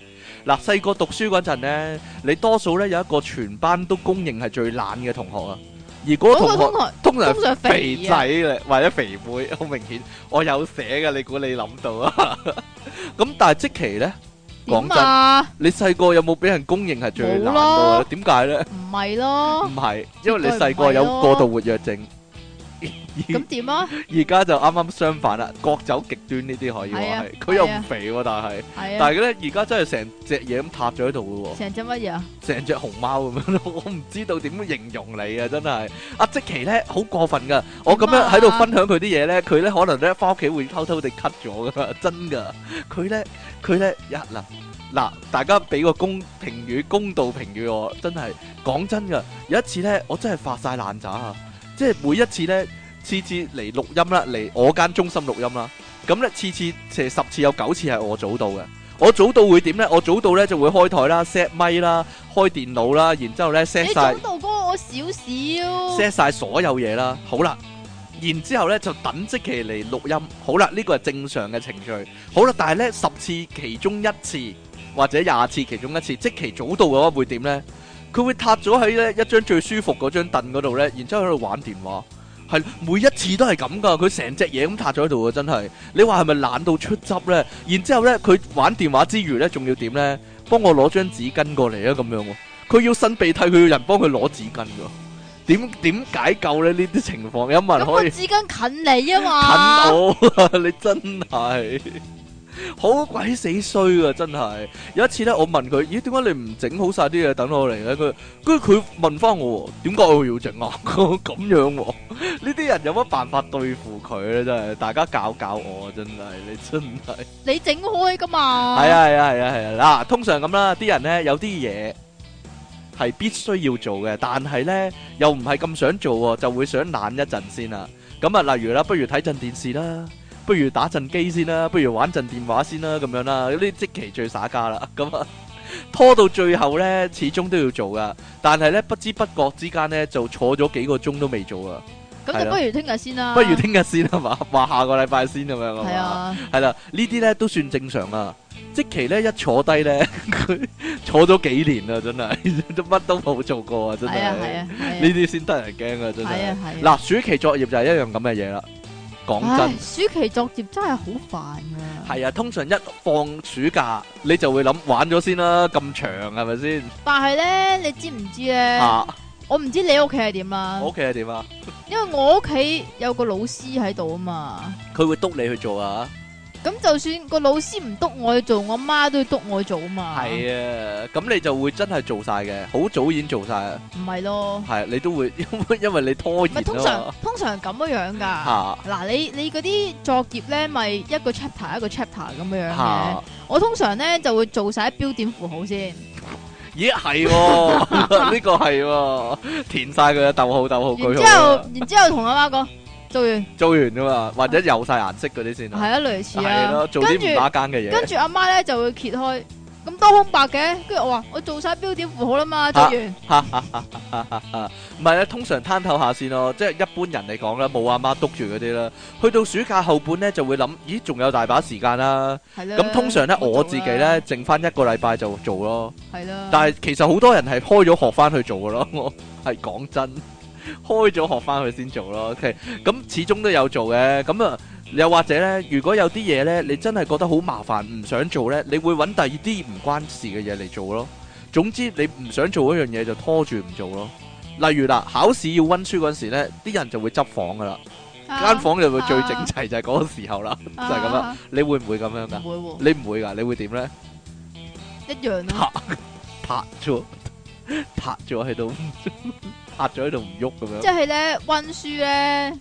A: 嗱，細個讀書嗰陣咧，你多數咧有一個全班都公認係最懶嘅同學啊，而嗰個
B: 嗰
A: 同
B: 個
A: 學
B: 通常
A: 通常
B: 通常
A: 肥
B: 肥
A: 仔
B: 啊，
A: 嘅或者肥妹， (laughs) 好明顯，我有寫嘅，你估你諗到啊？咁但係即期咧，講
B: 點
A: 真，
B: 啊？
A: 你細個有冇俾人公認係最懶
B: 冇
A: 惰
B: 咯哦
A: 咧？點解咧？
B: 唔係咯
A: 唔，係，因為你細
B: 絕
A: 個
B: 對
A: 有
B: 唔係咯
A: 過度活躍
B: 哦
A: 症，嗯
B: 咁點啊？
A: 而家就啱啱相反啦，各走極端呢啲可以話
B: 係啊
A: 係。佢又
B: 係
A: 唔
B: 啊
A: 肥喎，但係
B: 係啊
A: 但，係咧，而家真係成隻嘢咁塌咗喺度嘅喎。
B: 成隻乜嘢啊？
A: 成只熊貓咁樣咯， (laughs) 我唔知道點樣形容你啊！真係阿即奇咧好過分噶，我咁
B: 點
A: 樣
B: 啊
A: 喺度分享佢啲嘢咧，佢咧可能咧翻屋企會偷偷地 cut 咗噶， (laughs) 真噶！佢咧佢咧一嗱嗱，大家俾個公評語公道評語我，真係講真噶，有一次咧我真係發晒爛渣啊！即係每一次咧，次次嚟錄音啦，嚟我間中心錄音啦，咁咧次次成十次有九次係我早到嘅。我早到會點呢？我早到呢就會開台啦、set 咪啦、開電腦啦，然之後呢 set
B: 你
A: 晒
B: 早到過我少少，
A: set 晒所有嘢啦。好啦，然之後呢就等即期嚟錄音。好啦，呢個係正常嘅程序。好啦，但係呢十次其中一次或者廿次其中一次即期早到嘅話會點呢？佢會塌咗喺呢一張最舒服嗰張凳嗰度呢，然之後喺度玩電話。係每一次都係咁噶，佢成隻嘢咁塌咗喺度啊！真係，你話係咪懶到出汁呢？然之後咧，佢玩電話之餘呢，仲要點呢？幫我攞張紙巾過嚟啊！咁樣喎，佢要擤鼻涕，佢要人幫佢攞紙巾噶。點點解救呢？呢啲情況有冇
B: 咁
A: 人
B: 個
A: 可以
B: 紙巾近你啊
A: (laughs) 近
B: 嘛，
A: 我？你真係好鬼死衰啊！真係有一次呢，我問佢：咦，點解你唔整好晒啲嘢等我嚟呢？佢跟住佢問翻我：點解我要整啊？ (laughs) 咁樣喎、呢啲人有乜辦法對付佢呢？真係，大家教教我啊！真係，你真係。
B: 你整開噶嘛？
A: 係，啊係啊係啊係啊！嗱，通常咁啦，啲人咧有啲嘢係必須要做嘅，但係咧又唔係咁想做喎，就會想懶一陣先啦。咁啊，例如啦，不如睇陣電視啦，不如打陣機先啦，不如玩陣電話先啦，咁樣啦，呢啲即期最耍家啦。 (laughs) 咁啊，拖到最後咧，始終都要做噶，但係咧不知不覺之間咧就坐咗幾個鐘都未做啊，
B: 咁就不如聽日先啦。
A: 不如聽日先係嘛，話下個禮拜先咁樣係嘛
B: 啊係啊，
A: 系啦，呢啲咧都算正常啊。即期咧一坐低咧， (laughs) 佢坐咗幾年啊啦，真係 (laughs) 都乜都冇做過啊，真係
B: 係啊，係
A: 呢
B: 啊，係啊，
A: 啲先得人驚啊，真
B: 係
A: 係。
B: 啊，係啊。
A: 嗱，暑期作業就係一樣咁嘅嘢啦。講
B: 唉
A: 真，，
B: 暑期作業真係好煩㗎。
A: 係啊，通常一放暑假你就會諗玩咗先啦，咁長係咪先？
B: 但係咧，你知唔知咧？
A: 啊，
B: 我唔知你屋企係點啦
A: 我，屋企係點啊？
B: 因為我屋企有個老師喺度啊嘛。
A: 佢會督你去做啊？
B: 咁就算個老師唔督我去做，我媽都要督我去做啊嘛。
A: 係啊，咁你就會真係做晒嘅，好早已經做晒啊。
B: 唔係咯？
A: 係，你都會因為因為你拖
B: 唔
A: 延
B: 係通
A: 啊
B: 常通常咁樣樣㗎。
A: 嘛。
B: 嗱，你你嗰啲作業咧，咪一個 chapter 一個 chapter 咁樣
A: 嚇
B: 樣
A: 嚇
B: 嘅。。我通常咧就會做晒啲標點符號先，
A: 咦係
B: (laughs)
A: 喎，呢個係喎，填晒佢嘅逗號逗號句
B: 然之
A: 號
B: 後
A: 啊，
B: 然之後同阿媽講
A: (laughs)
B: 做完，
A: 做完噶嘛，或者有晒顏色嗰啲先
B: 係
A: 啊，
B: 啊類似
A: 係
B: 啊
A: 咯，，做
B: 跟
A: 啲唔
B: 住
A: 打更嘅嘢
B: 跟，住阿媽咧就會揭開，咁多空白嘅，跟住我話我做晒標點符號啦嘛，做完
A: 唔係啊，通常攤透下先咯，即係一般人嚟講啦，冇阿媽督住嗰啲啦，去到暑假後半咧就會諗，咦仲有大把時間啦，
B: 係啦。
A: 咁通常咧我自己咧
B: 冇
A: 剩翻一個禮拜就做咯。
B: 做啦係啦，
A: 但係其實好多人係開咗學翻去做嘅咯，我 (laughs) 係講真，開咗學翻去先做咯。OK，咁始終都有做嘅。咁啊，又或者呢，如果有啲嘢呢，你真係覺得好麻煩，唔想做呢，你會揾第二啲唔關事嘅嘢嚟做咯。總之你唔想做嗰樣嘢就拖住唔做咯。例如啦，考試要温書嗰陣時咧，啲人就會執房噶啦，間房就會最整齊就係嗰個時候啦。
B: 就
A: 係咁啦，你會唔會咁樣
B: 啊
A: 噶？
B: 唔會喎，
A: 你唔會噶，你會點呢？
B: 一樣咯，
A: 拍咗，拍咗喺度，拍咗喺度唔喐咁
B: 即
A: 樣。
B: 係咧温書咧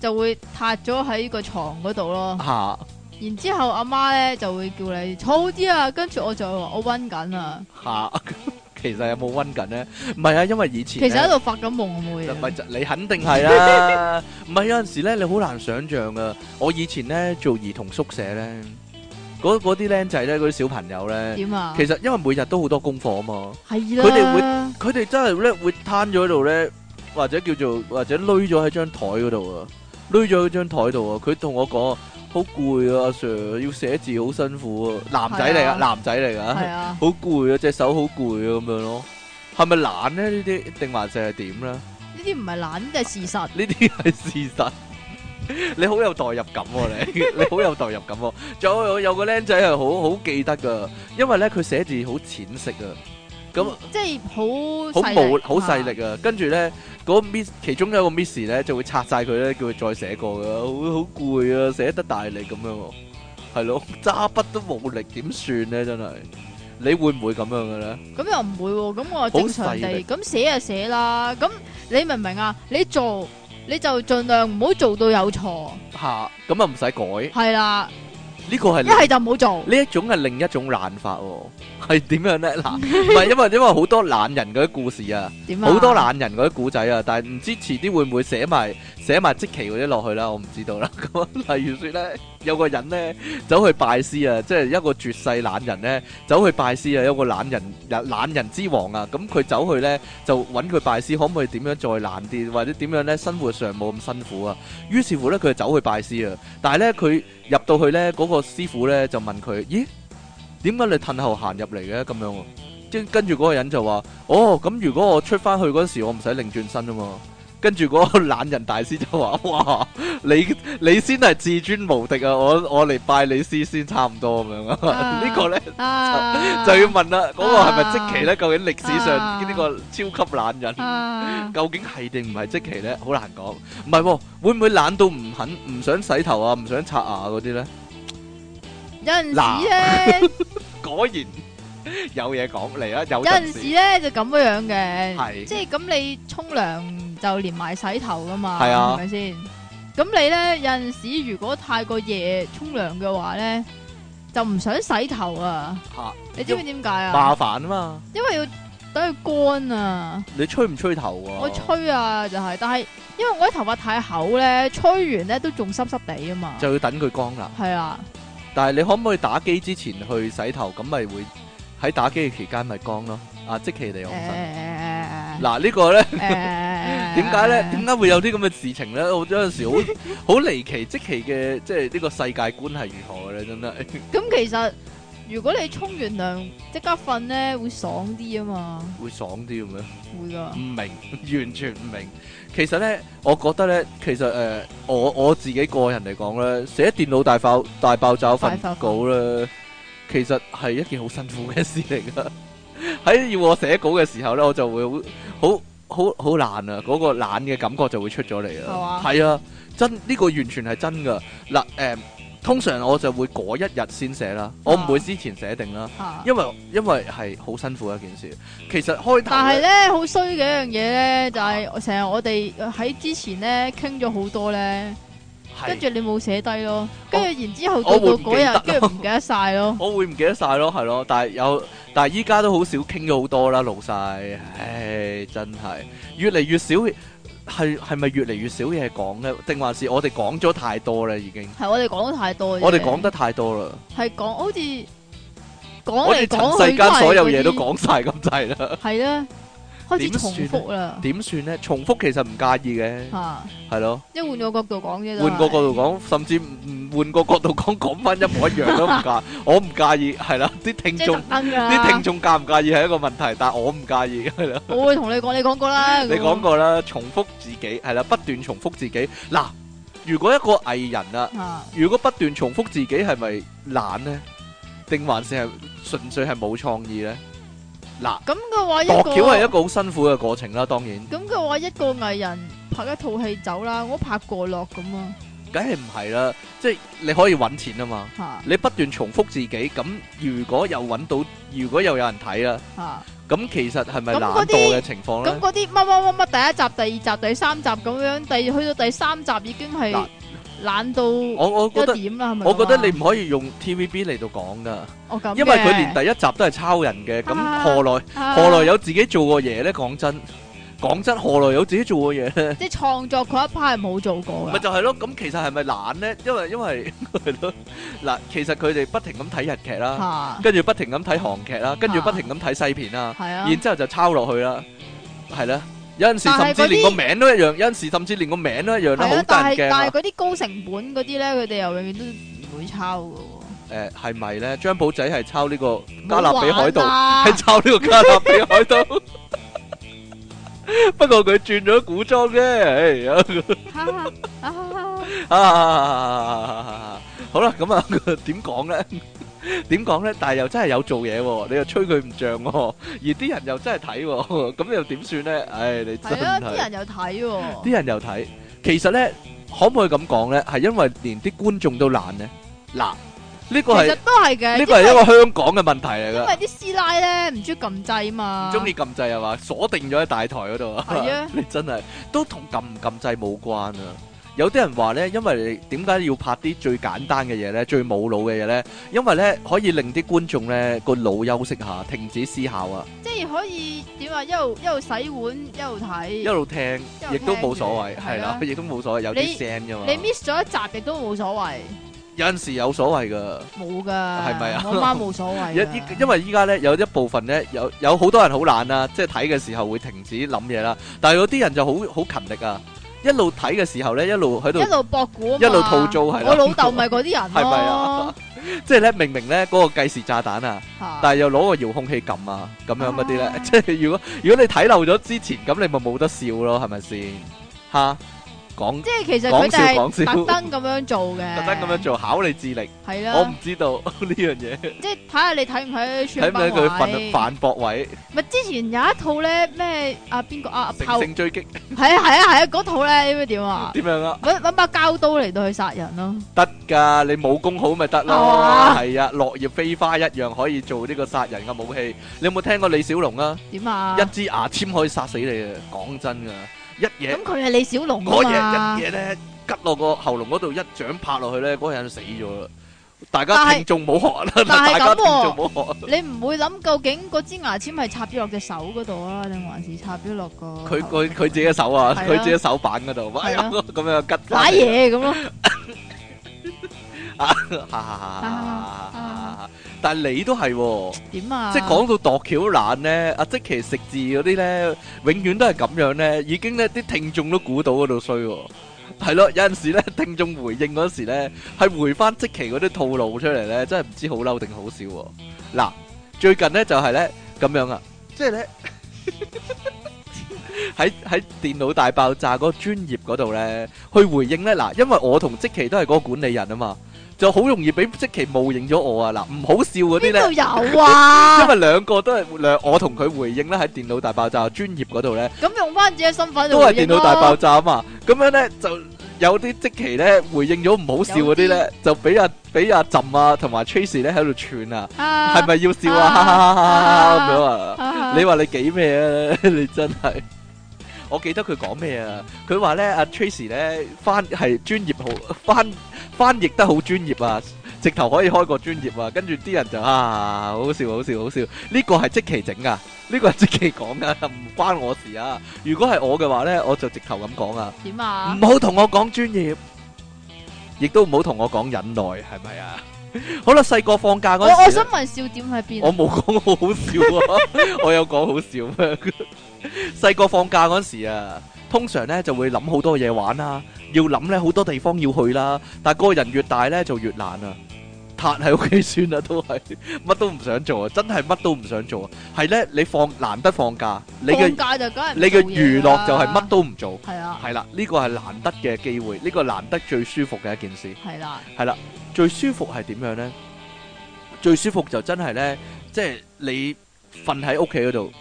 B: 就會塌咗喺個床嗰度咯。
A: 吓
B: 然之後阿媽咧就會叫你嘈啲啊，跟住我就會話我温緊
A: 嗯
B: 啊，
A: 吓，其實有冇温緊咧？唔係啊，因為以前
B: 其實喺
A: 度
B: 度發緊夢妹
A: 就咪
B: 啊，
A: 就你肯定係
B: (laughs)
A: 啦。唔係有陣時咧，你好難想像噶。我以前咧做兒童宿舍咧，嗰嗰啲僆仔咧，嗰啲小朋友咧，
B: 點啊？
A: 其實因為每日都好多功課啊嘛，
B: 係啦，
A: 佢哋佢哋真係咧會攤咗喺度咧，或者叫做或者攣咗喺張台嗰度啊，攣咗喺張台度啊。佢同我講好攰啊，阿 Sir，要寫字好辛苦啊。男仔嚟
B: 係
A: 噶，
B: 啊
A: 男仔嚟噶，
B: 係啊，
A: 好攰啊，隻手好攰啊，咁樣咯。係咪懶咧？呢啲定還是係點咧？呢
B: 呢啲唔係懶，呢啲係事實。
A: 啲係事實。 (laughs) 你好有代入感喎、
B: (laughs)
A: 你你好有代入感喎、仲有有有個僆仔係好好記得噶，因為咧佢寫字好淺色啊，咁
B: 即係好
A: 好
B: 細
A: 冇
B: 力
A: 好細力啊，跟住咧嗰個 miss 其中有一個 miss 咧就會拆晒佢咧，叫佢再寫過噶，好好攰啊，寫得大力咁樣喎，係咯，揸筆都冇力，點算咧真係？你會唔會咁樣嘅咧？
B: 咁又唔會喎，咁我正常
A: 好細力
B: 地咁寫就寫啦。咁你明唔明啊？你做你就盡量唔好做到有錯，
A: 嚇，咁啊唔使改，
B: 係啦，
A: 呢個係
B: 一係就唔好做。
A: 呢一種係另一種懶法喎，係點樣咧？嗱，唔係因為因為好多懶人嗰啲故事啊，
B: 點啊？
A: 好多懶人嗰啲古仔啊，但係唔知遲啲會唔會寫埋寫埋即期嗰啲落去啦，我唔知道啦。咁啊 (laughs) 例如説咧，有個人咧走去拜師啊，即係一個絕世懶人咧走去拜師啊，有個懶人懶人之王啊，咁佢走去咧就揾佢拜師，可唔可以點樣再懶啲，或者點樣咧生活上冇咁辛苦啊？於是乎咧，佢就走去拜師啊，但係咧佢入到去咧，嗰、個師傅咧就問佢：咦，點解你褪後行入嚟嘅咁樣喎、跟跟住嗰個人就話：哦，咁如果我出翻去嗰時，我唔使擰轉身啊嘛。跟住嗰個懶人大師就話： (laughs) 哇，你你先係至尊無敵啊！我我嚟拜你師先差唔多咁樣啊！
B: 啊
A: 呢個呢，
B: 啊，
A: 就要問啦，嗰、個係咪即期呢？究竟歷史上
B: 啊
A: 呢個超級懶人？
B: 啊
A: 究竟係定唔係即期呢？好難講。唔係喎，會唔會懶到唔肯、唔想洗頭啊、唔想刷牙嗰啲呢？
B: 有陣
A: 嗱
B: 時咧，
A: 果然有嘢講嚟啊！有
B: 有
A: (laughs)
B: 陣
A: 陣
B: 時
A: 時
B: 咧就咁樣嘅，
A: 係
B: 即係咁你沖涼就連埋洗頭噶嘛，
A: 係啊
B: 係咪先？咁你咧有陣時如果太過夜沖涼嘅話咧，就唔想洗頭啊！
A: 嚇
B: 你知唔知點解
A: 麻
B: 啊？
A: 煩啊嘛，
B: 因為要等佢乾啊！
A: 你吹唔吹頭啊？
B: 我吹啊，就係，但係因為我啲頭髮太厚咧，吹完咧都仲濕濕地啊嘛，
A: 就要等佢乾啦。
B: 係啊，
A: 但係你可唔可以打機之前去洗頭？咁咪會喺打機嘅期間咪乾咯。啊，即其你
B: 誒
A: 用身。
B: 誒
A: 嗱呢個咧，
B: 誒誒
A: 點解咧？點解會有啲咁嘅事情咧？我有陣時好好離奇，即其嘅即係呢個世界觀係如何嘅咧？真係
B: 咁其實如果你沖完涼即刻瞓咧，會爽啲啊嘛，
A: 會爽啲咁樣。
B: 會噶
A: 唔。明， (laughs) 完全唔明。其實呢，我覺得呢，其實誒、呃我我自己個人嚟講呢，寫電腦大爆大爆炸份
B: 大爆
A: 稿呢，其實係一件好辛苦嘅事嚟噶。 (laughs) 喺要我寫稿嘅時候呢，我就會好好好好懶啊，嗰、個懶嘅感覺就會出咗嚟
B: 係
A: 啦
B: 嘛。
A: 係啊，真呢、個完全係真噶。嗱誒、呃通常我就會嗰一日先寫啦，我唔
B: 啊
A: 會之前寫定啦，
B: 嚇
A: 嗯因為因為係好辛苦一件事。其實開頭呢
B: 但係咧，好衰嘅一樣嘢咧，就係我成日我哋喺之前咧傾咗好多咧，
A: 係哦
B: 跟住你冇寫低咯，跟住然之後
A: 我
B: 到
A: 會
B: 到
A: 唔記得
B: 嗰日，跟住唔記得晒咯。
A: 我會唔記得晒咯，係咯，但係有，但係依家都好少傾咗好多啦，老細，唉，真係越嚟越少，係係咪越嚟越少嘢講呢？定還是我哋講咗太多啦？已經，
B: 係我哋講得太多啫，
A: 我哋講得太多啦，
B: 係講好似
A: 我哋
B: 講嚟
A: 塵
B: 講
A: 世
B: 去
A: 間
B: 係
A: 所有嘢
B: 嗰
A: 都
B: 啲，
A: 講晒咁滯啦，
B: 係啦，開始
A: 點
B: 重
A: 算呢
B: 複啦
A: (laughs) 點算呢？重複其實唔介意嘅，
B: 嚇，
A: 係咯，
B: 即係換個角度講啫。
A: 啊換個角
B: 都係
A: 度講，甚至唔唔換個角度講， (laughs) 講翻一模一樣都唔介，我唔介意，係啊啦，啲聽
B: 即係
A: 眾
B: 特。登
A: (laughs)
B: 㗎。
A: 啲聽眾介唔介意係一個問題，但我唔介意係啦。
B: 我會同你講，你講過啦。
A: 你講過啦，重複自己係啦，不斷重複自己。嗱，如果一個藝人啊，
B: 啊，
A: 如果不斷重複自己，係咪懶呢？定還是係純粹係冇創意呢？嗱，
B: 咁嘅話一
A: 度橋啊係一
B: 個，
A: 個好辛苦嘅過程啦，當然，
B: 咁嘅話一個藝人拍一套戲走啦，我拍過落咁啊，
A: 梗係唔係啦，即係你可以揾錢啊嘛。
B: 嚇
A: 你不斷重複自己，咁如果又揾到，如果又有人睇啦，
B: 嚇。
A: 咁其實係咪
B: 咁
A: 懶
B: 嗰啲
A: 惰嘅情況
B: 咁
A: 呢？
B: 嗰啲乜乜乜乜第一集、第二集、第三集咁樣，第去到第三集已經係
A: 嗱
B: 懶到
A: 我我覺得
B: 一點啦，係咪咁
A: 我
B: 啊？
A: 覺得你唔可以用 TVB 嚟到講噶，
B: 我咁嘅，
A: 因為佢連第一集都係抄人嘅，咁
B: 啊
A: 何來？
B: 啊
A: 何來有自己做過嘢呢？講真，講真，何來有自己做過嘢呢？
B: 即係創作嗰一 part 係冇做過
A: 咪
B: 嘅，
A: 就係咯，咁其實係咪懶呢？因為 (laughs) 因為係咯，嗱，其實佢哋不停咁睇日劇啦，
B: 嚇
A: 跟住不停咁睇韓劇啦，跟住
B: 啊
A: 不停咁睇西片啦，
B: 係啊。
A: 然之後就抄落去啦，係啦。有陣時
B: 但係
A: 甚至
B: 嗰啲
A: 連個名都一樣，有陣時甚至連個名都一樣啦，
B: 係
A: 好
B: 啊，但
A: 得人
B: 係
A: 驚
B: 但係
A: 啊！
B: 嗰啲高成本嗰啲咧，佢哋又永遠都唔會抄嘅喎。
A: 誒係咪呢？張寶仔係抄呢個加勒比海盜 (laughs)
B: 冇玩啊
A: 係抄呢個加勒比海盜。不過佢轉咗古裝啫，唉有
B: 哈哈啊哈哈
A: À, 啊，好啦， (laughs) 咁啊點講咧？點講咧？但係又真係有做嘢喎，你又吹佢唔漲喎，而啲人又真係睇 (laughs) 喎，咁又點算咧？唉，你真
B: 係啊，
A: 係
B: 啲。人又睇喎，
A: 啲人又睇。其實咧，可唔可以咁講咧？係因為連啲觀眾都懶咧。嗱，呢個係
B: 其實都係嘅，
A: 呢個係
B: 因為
A: 一個香港嘅問題嚟
B: 因
A: 噶
B: 為，啲師奶咧唔中意撳掣嘛，
A: 唔中意撳掣係嘛，鎖定咗喺大台嗰度啊
B: 係啊。
A: (laughs) 你真係都同撳唔撳掣冇關啊！有啲人話咧，因為你點解要拍啲最簡單嘅嘢咧，最冇腦嘅嘢咧？因為咧可以令啲觀眾咧個腦休息下，停止思考啊，
B: 即係可以點啊？一路一路洗碗，一路
A: 一
B: 睇。
A: 路聽
B: 路
A: 亦都冇
B: 聽
A: 所謂，
B: 住
A: 係
B: 係
A: 啦
B: 啦，
A: 亦都冇所謂，有
B: 你
A: 啲聲啫嘛
B: 你。miss 咗一集亦都冇所謂，
A: 有陣時有所謂㗎。
B: 冇噶。
A: 係咪啊
B: 我媽冇所謂
A: 有
B: 㗎。
A: 依因為依家咧有一部分咧有有好多人好懶啦，即係睇嘅時候會停止諗嘢啦。但係有啲人就好好勤力啊，一路睇嘅時候咧一路喺度
B: 一，路博股啊嘛
A: 一路吐槽係啦
B: 我老豆咪嗰啲人
A: (laughs) 係咪啊
B: 咯，
A: 即係咧明明咧嗰個計時炸彈啊，
B: 嚇
A: 但係又攞個遙控器撳啊，咁樣嗰啲咧
B: 啊，
A: (laughs) 即係如果如果你睇漏咗之前，咁你咪冇得笑咯，係咪先？吓，講
B: 即係其實佢哋
A: 講笑
B: 係
A: 講笑
B: 特登咁樣做嘅，
A: 特登咁樣做考你智力，
B: 係
A: 我唔
B: 啦，
A: 知道 (laughs) 呢樣嘢
B: 即係睇下你睇唔睇
A: 睇唔睇
B: 穿崩
A: 佢反
B: 位。
A: 反駁位，
B: 咪之前有一套咧咩啊邊個啊阿
A: 乘
B: 炮係
A: 勝追擊
B: 啊係啊係啊嗰套咧點樣點啊？
A: 點樣啊？
B: 搵搵把膠刀嚟到去殺人咯，
A: 得噶，你武功好咪得咯，
B: 啊
A: 係啊，落葉飛花一樣可以做呢個殺人嘅武器。你有冇聽過李小龍啊？
B: 點啊？
A: 一支牙籤可以殺死你啊！講真噶，一嘢
B: 咁佢係李小龍
A: 嗰
B: 啊
A: 嘢
B: 嘛
A: 一，嘢咧，吉落個喉嚨嗰度，一掌拍落去咧，嗰個人死咗啦。大
B: 但
A: 家
B: 係
A: 聽眾冇學啦，
B: 但係
A: 大家
B: 咁
A: 聽
B: 喎
A: 眾冇學。
B: 你唔會諗究竟嗰支牙籤係插咗落隻手嗰度啊，定還是插咗落個
A: 佢佢佢自己手啊，
B: 係啊
A: 佢自己手板嗰度，哎呀
B: 係
A: (laughs) 咁樣吉
B: 攋
A: 翻嚟。
B: 嘢咁咯？
A: 哈哈哈哈哈哈哈哈
B: 啊
A: 但係你都係喎。
B: 點啊？
A: 即係講到度橋懶咧，阿即其食字嗰啲咧，永遠都係咁樣咧，已經咧啲聽眾都估到嗰度衰 (laughs) 喎。係咯，有陣時咧，聽眾回應嗰時咧，係回翻即其嗰啲套路出嚟咧，真係唔知好嬲定好笑喎。嗱，最近咧就係咧咁樣啊，即係咧 (laughs) 喺喺電腦大爆炸嗰個專業嗰度咧，去回應咧嗱，因為我同即其都係嗰個管理人啊嘛，就好容易俾即其冒認咗我啊嗱，唔好笑嗰啲
B: 邊
A: 咧。
B: 度有
A: (laughs)
B: 啊
A: 因？為兩個都係兩，我同佢回應咧喺電腦大爆炸專業嗰度咧，
B: 咁用翻自己身份
A: 都
B: 做
A: 係電腦大爆炸啊嘛。咁樣咧就有啲即期咧回應咗唔好笑嗰啲
B: 啊嗯
A: 咧，就俾阿俾阿朕啊同埋 Tracy 咧喺度串啊，
B: 啊，
A: 係咪要笑啊？
B: 啊
A: 哈哈哈哈咁樣啊！
B: 啊？
A: 你話你幾咩啊？ (laughs) 你真係。我記得佢講咩啊？佢話咧，阿 Tracy 咧翻係專業好翻翻譯得好專業啊，直頭可以開個專業啊。跟住啲人就啊，好笑好笑好笑！呢個係即期整噶，呢個係即期講噶， (laughs) 唔關我事啊。如果係我嘅話咧，我就直頭咁講啊，
B: 點啊
A: 唔？好同我講專業，亦都唔好同我講忍耐，係咪啊？好啦，細個放假
B: 我
A: 嗰陣時
B: 我
A: 呢
B: 想問笑點喺邊
A: 我
B: 啊？
A: 冇講好好笑
B: (laughs)
A: 啊，我有講好笑咩？細個放假嗰時啊，通常咧就會諗好多嘢玩啦，要諗咧好多地方要去啦。但係個人越大咧就越懶啊，攤喺屋企算啦，都係乜都唔想做啊，真係乜都唔想做啊。係咧，你放難得放假，你嘅
B: 放假就梗係
A: 你嘅娛樂
B: 啊
A: 就係乜都唔做，
B: 係啊，
A: 係啦，呢個係難得嘅機會，呢個難得最舒服嘅一件事。
B: 係啦，
A: 最舒服係點樣呢？最舒服就真係呢，即係你瞓喺屋企嗰度，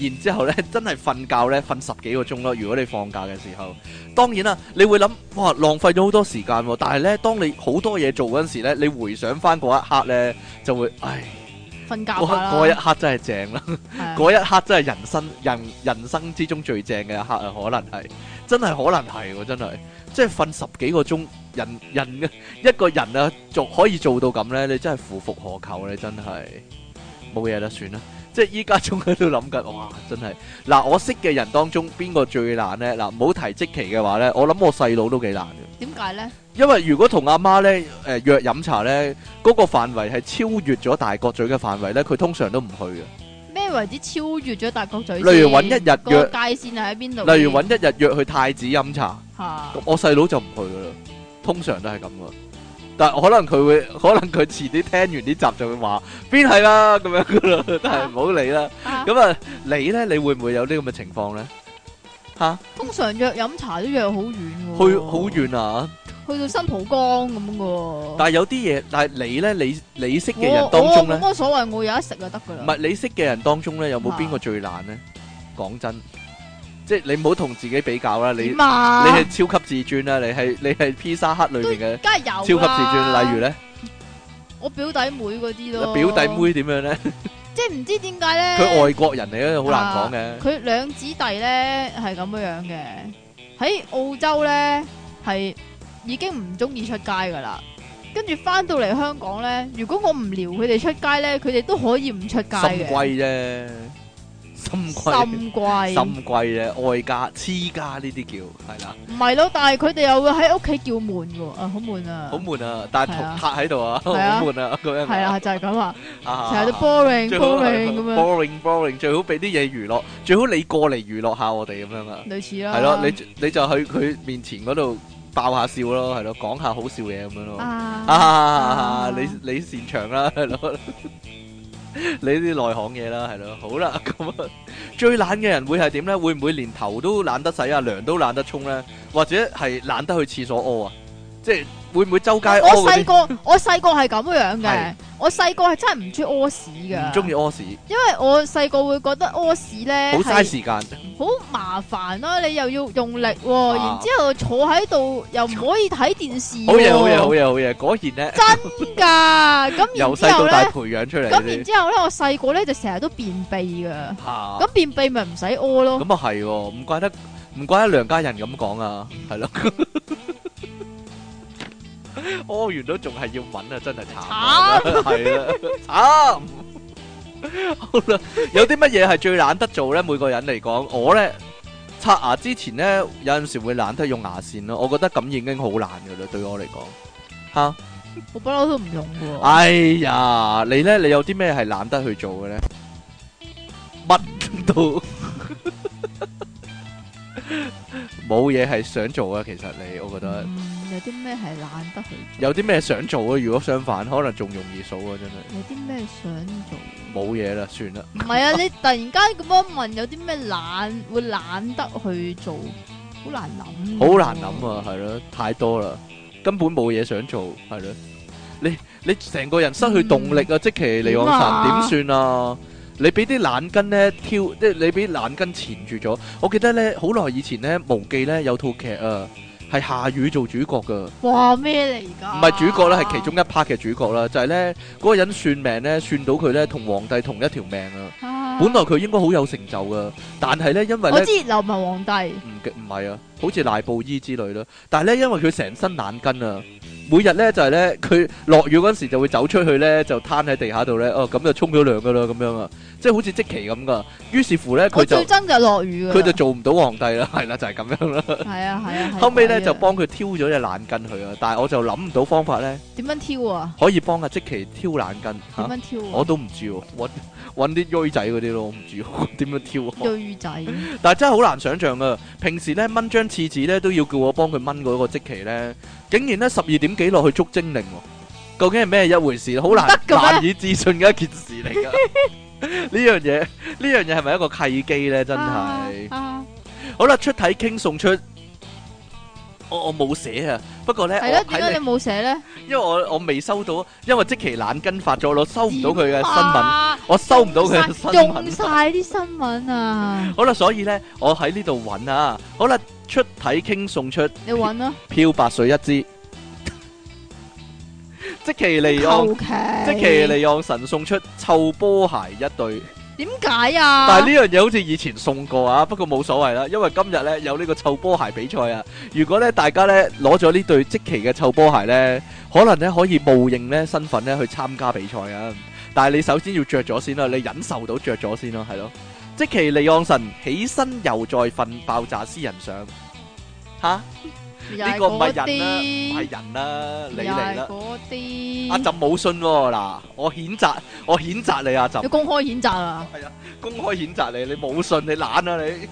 A: 然之後呢， (laughs) 真係瞓覺呢，瞓十幾個鐘咯。如果你放假嘅時候，當然啦，你會諗哇，浪費咗好多時間喎。但係呢，當你好多嘢做嗰陣時呢，你回想翻嗰一刻呢，就會唉，
B: 瞓覺
A: 嗰
B: 下啦
A: 嗰一刻真係正啦。
B: 係啊
A: 嗰一刻真係人生人人生之中最正嘅一刻啊！可能係真係可能係喎，真係即係瞓十幾個鐘，人人嘅一個人啊，做可以做到咁呢，你真係苦復何求咧？真係冇嘢啦，算啦。即係依家仲喺度諗緊，哇！真係嗱，我識嘅人當中邊個最懶呢？嗱，唔好提即期嘅話呢，我諗我細佬都幾懶嘅。
B: 點解咧？
A: 因為如果同阿媽咧誒約飲茶呢，嗰、個範圍係超越咗大角咀嘅範圍呢，佢通常都唔去嘅。
B: 咩為之超越咗大角咀先？
A: 例如搵一日
B: 個
A: 約
B: 界線係喺邊度先？
A: 例如揾一日約去太子飲茶，
B: 吓
A: 咁我細佬就唔去噶啦，通常都係咁噶。但可能佢會， (laughs) 可能佢遲啲聽完呢集就會話邊 (laughs) 係啦咁樣噶啦，但係唔好理啦。
B: 啊
A: 咁啊，你呢？你會唔會有呢咁嘅情況呢？吓，
B: 通常約飲茶都約好遠喎，
A: 去好，遠啊！
B: 去到新蒲崗咁嘅喎。
A: 但係有啲嘢，但係你咧，你你識嘅
B: 我
A: 人當中
B: 我
A: 咧
B: 冇，乜所謂，我有得食就得㗎
A: 唔
B: 啦。
A: 係你識嘅人當中咧，有冇邊個
B: 啊
A: 最懶咧？講真，即係你唔好同自己比較啦，你
B: 點啊？
A: 你係超級自尊啦，你係你係披薩克裏面嘅
B: 梗係有
A: 超級自尊，例如
B: 咧，
A: 咧，
B: 我表弟妹嗰啲咯，
A: 表弟，妹點樣咧？
B: 即係唔知點解咧，
A: 佢外國人嚟嘅，好難講嘅。
B: 佢兩姊弟咧係咁樣樣嘅，喺澳洲咧係已經唔中意出街噶啦，跟住翻到嚟香港咧，如果我唔撩佢哋出街咧，佢哋都可以唔出啊街
A: 心
B: 嘅。
A: 貴啫，心貴，
B: 心貴，
A: 心貴啫，外家、黐家呢啲叫係啦，
B: 唔係咯，但係佢哋又會喺屋企叫悶嘅喎，啊好悶啊
A: 好，悶啊！但係
B: 係啊
A: 同拍喺度啊，好
B: 係啊
A: 悶啊，咁樣
B: 係啊就係咁啊，
A: 啊，
B: 成日都 boring
A: 最好
B: boring 咁樣，
A: boring boring，最好俾啲嘢娛樂，最好你過嚟娛樂下我哋咁樣啊，
B: 類似啦。
A: 係咯，你你就去佢面前嗰度爆下笑咯，係咯，講下好笑嘢咁樣咯。
B: 啊，
A: 啊！
B: 啊
A: 你你擅長啦，係咯，你啲內行嘢啦，係咯，好啦， (laughs) 咁啊，最懶嘅人會係點咧？會唔會連頭都懶得洗啊，涼都懶得沖咧？或者係懶得去廁所屙啊？即係會唔會周街
B: 我
A: 屙
B: 細
A: 嗰
B: 個我細個係咁樣
A: 係
B: 嘅，我細個係真係唔中意屙屎
A: 啲？
B: 㗎。
A: 唔中意屙屎，
B: 因為我細個會覺得屙屎咧
A: 好嘥
B: 係
A: 時間，
B: 好麻煩啦、你又要用力喎、
A: 啊
B: 然之後坐喺度又唔可以睇電視喎、
A: 好嘢好嘢好嘢好嘢，果然咧
B: 真
A: (laughs)
B: 㗎。咁
A: 由
B: 然
A: 細
B: 之後
A: 到大
B: 咧，
A: 培養出嚟呢
B: 咁然
A: 啲
B: 之後咧，我細個咧就成日都便秘㗎。
A: 嚇
B: 咁便秘咪唔使屙咯。
A: 啊咁啊係喎，唔怪得唔怪得梁家仁咁講啊，係咯。 (laughs) 屙完都仲係要揾啊，真係慘啊，係啊，慘。 (laughs) 好啦，有啲乜嘢係最懶得做咧？每個人嚟講，我咧刷牙之前咧，有陣時會懶得用牙線咯。我覺得咁已經好懶噶啦，對我嚟講。吓，
B: 我不嬲都唔用㗎喎。
A: 哎呀，你咧，你有啲咩係懶得去做嘅咧？乜都 (laughs) 冇嘢係想做啊！其實你，我覺得。
B: 嗯有啲咩係懶得去做？
A: 有啲咩想做啊？如果相反，可能仲容易數啊！真係
B: 有啲咩想做？
A: 冇嘢啦，算啦。
B: 唔
A: (laughs)
B: 係啊，你突然間咁樣問，有啲咩懶會懶得去做？好難諗。
A: 好難諗！啊，係咯，太多啦，根本冇嘢想做，係咯。你你成個人失去動力啊！即其離往神點算啊？你俾啲懶筋咧挑，即係你俾懶筋纏住咗。我記得咧，好耐以前咧，無記咧有套劇啊，係夏雨做主角噶。
B: 哇，咩嚟
A: 唔
B: 㗎？
A: 係主角啦，係其中一 part 嘅主角啦，就係咧嗰個人算命咧，算到佢咧同皇帝同一條命啊！
B: 啊
A: 本來佢應該好有成就噶，但係咧因為
B: 我
A: 咧
B: 知流氓皇帝
A: 唔唔係啊，好似賴布衣之類啦，但係咧因為佢成身懶筋啊，每日咧就係咧佢落雨嗰時就會走出去咧就攤喺地下度咧，哦咁就沖咗涼噶啦咁樣啊，即係好似即期咁噶。於是乎咧佢
B: 我
A: 就
B: 最憎就係落雨㗎啦。
A: 佢就做唔到皇帝啦， (laughs) 係啦就係咁樣啦。
B: 係啊係啊係
A: (laughs)
B: 啊。
A: 後尾咧
B: 係啊
A: 就幫佢挑咗隻懶筋佢啊，但係我就諗唔到方法咧。
B: 點樣挑啊？
A: 可以幫阿即奇挑懶筋嚇，
B: 點樣挑啊？
A: 我都唔知喎，揾揾啲鋁仔嗰啲咯，我唔知喎 (laughs) 點樣挑啊。
B: 對魚仔
A: 但係真係好難想像啊！平時咧掹張廁紙咧都要叫我幫佢掹嗰個即奇咧，竟然咧十二點幾落去捉精靈喎，究竟係咩一回事？好難
B: (laughs) 唔得嘅咩
A: 難以置信嘅一件事嚟
B: (laughs)
A: 㗎。呢樣嘢呢樣嘢係咪一個契機咧？真係。
B: 啊啊
A: 好啦，出體傾送出，我我冇寫啊，不過咧
B: 係咯？
A: 我
B: 點
A: 喺你
B: 解你冇寫咧？
A: (laughs) 因為我我未收到，因為即期懶跟發咗，我收唔到佢嘅新聞，
B: 聞，
A: 我收唔到佢嘅新
B: 啊用
A: 聞。
B: 晒啲新聞啊！
A: 好啦，所以呢，我喺呢度揾啊。好啦，出體傾送出
B: 你啊揾
A: (laughs)
B: 啦，
A: 漂白水一支， (laughs) 即期利昂，
B: 求其
A: 即期利昂神送出臭波鞋一對。
B: 點解啊？
A: 但係呢樣嘢好似以前送過啊，不過冇所謂啦，因為今日呢，有呢個臭波鞋比賽啊。如果呢大家呢攞咗呢對即期嘅臭波鞋呢，可能呢可以冒認呢身份呢去參加比賽啊。但係你首先要着咗先啦，你忍受到着咗先啦，係咯。即期利昂神起身又再瞓，爆炸私人相吓，呢、
B: 又係
A: 個唔
B: 嗰
A: 係人啦，唔
B: 啲
A: 係人啦，你
B: 又
A: 嚟
B: 係
A: 啦。
B: 嗰
A: 阿
B: 啲，
A: 朕冇信喎，嗱，我譴責，我譴責你阿朕
B: 你，公開譴責啊！
A: 公開譴責你，你冇信，你懶啊你。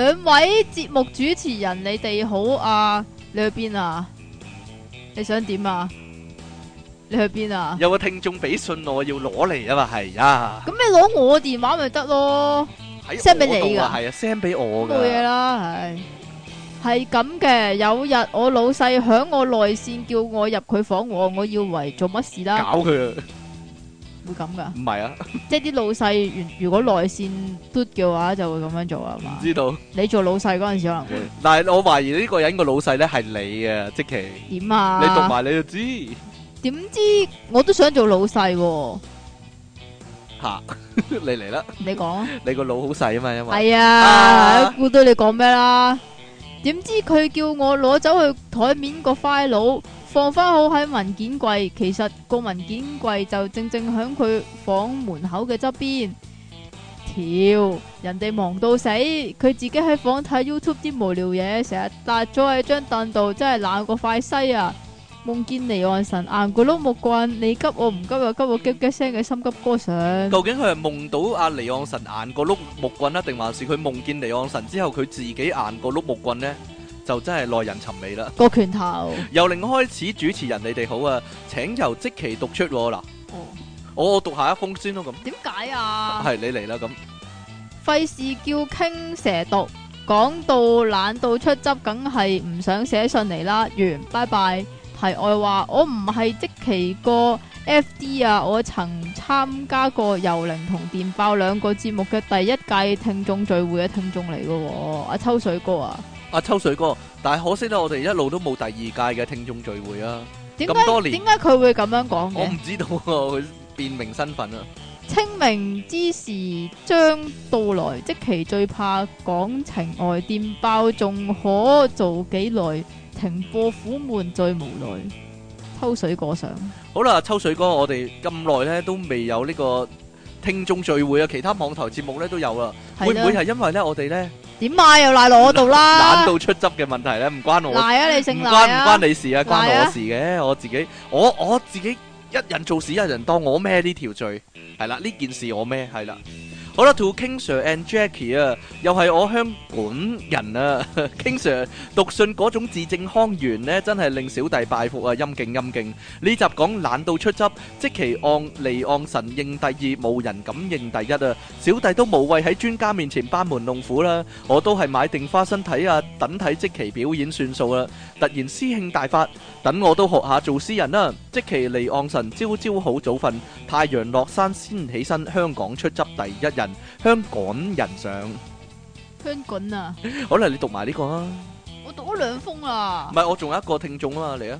B: 兩位節目主持人，你哋好啊！你去邊啊？你想點啊？你去邊啊？
A: (laughs) 有
B: (laughs)
A: 個聽眾俾信我要攞嚟啊嘛，係啊，
B: 咁你攞我電話咪得咯？
A: 喺
B: send 俾
A: 我
B: 你
A: 度啊
B: 㗎
A: 係啊，send 俾我
B: 冇嘢
A: 噶。
B: 啦，系系咁嘅。有日我老細響我內線叫我入佢房喎，我我以為做乜事啦，
A: 搞佢啊！
B: 會咁噶，
A: 唔係啊，
B: 即系啲老細如如果內線嘟嘅話，就會咁樣做啊嘛
A: 唔。知嗯道。
B: 你做老細嗰阵时可能會
A: 但係我懷疑呢個人個老細咧係你啊，即其你
B: 點啊？
A: 讀埋你就知
B: 點知我都想做老細喎，
A: 吓，你嚟啦，
B: 你講啊。
A: 你個腦好細啊嘛，因為
B: 系啊
A: 啊，
B: 估到你講咩啦？點知佢叫我攞走去台面個 file，放翻好喺文件櫃。其實個文件櫃就正正響佢房門口嘅側邊。條人哋忙到死，佢自己喺房睇 YouTube 啲無聊嘢，成日笪咗喺張凳度，真係懶過快西啊！夢見離岸神硬過碌木棍，你急我唔急又急我激激聲嘅心急歌上。
A: 究竟佢係夢到阿尼昂神硬個碌木棍啊，定還是佢夢見尼昂神之後佢自己硬個碌木棍呢？就真係耐人尋味啦。
B: 個拳頭，
A: 由零開始，主持人你哋好啊，請由即其讀出喎嗱，
B: 哦，
A: 我我讀下一封先咯，咁
B: 點解啊？
A: 係你嚟啦咁。
B: 費事叫傾蛇毒，講到懶到出汁，梗係唔想寫信嚟啦。完，拜拜。題外話，我唔係即期個 FD 啊，我曾參加過遊靈同電爆兩個節目嘅第一屆聽眾聚會嘅聽眾嚟嘅喎，阿秋水哥啊，
A: 阿秋水哥，但係可惜咧，我哋一路都冇第二屆嘅聽眾聚會啊，
B: 點
A: 咁多
B: 解
A: 年
B: 點解佢會咁樣講
A: 我
B: 嘅？
A: 唔知道啊，佢變名身份啊。
B: 清明之時將到來，即其最怕講情外電爆，仲可做幾耐？停播苦悶最無奈，抽水過上。
A: 好啦，秋水哥，我哋咁耐咧都未有呢個聽眾聚會啊，其他網台節目咧都有啦。會
B: 係
A: 唔會
B: 啦，
A: 係因為咧我哋咧
B: 點啊？又賴落我度啦
A: 懶，到出汁嘅問題咧，唔關我，
B: 賴啊！你
A: 唔
B: 姓賴
A: 關唔
B: 啊？
A: 關你事啊，
B: 賴啊
A: 關我事嘅，我自己，我我自己一人做事一人當，我孭呢條罪，係啦，呢件事我孭，係啦。好啦，To King Sir and Jackie 啊，又係我香港人啊 (laughs) ，King Sir 讀信嗰種字正腔圓呢，真係令小弟拜服啊！陰勁陰勁，呢集講懶到出汁，即其按離岸神應第二，冇人敢應第一啊！小弟都無謂喺專家面前班門弄斧啦，我都係買定花生睇啊，等睇即其表演算數啦。突然師兄大發，等我都學下做詩人啦！即其離岸神，朝朝好早瞓，太陽落山先起身，香港出汁第一人，香港人上。
B: 香港啊！
A: 好啦，你讀埋呢個啊，
B: 我讀咗兩封啦
A: 唔。係我仲有一個聽眾啊嘛，嚟啊！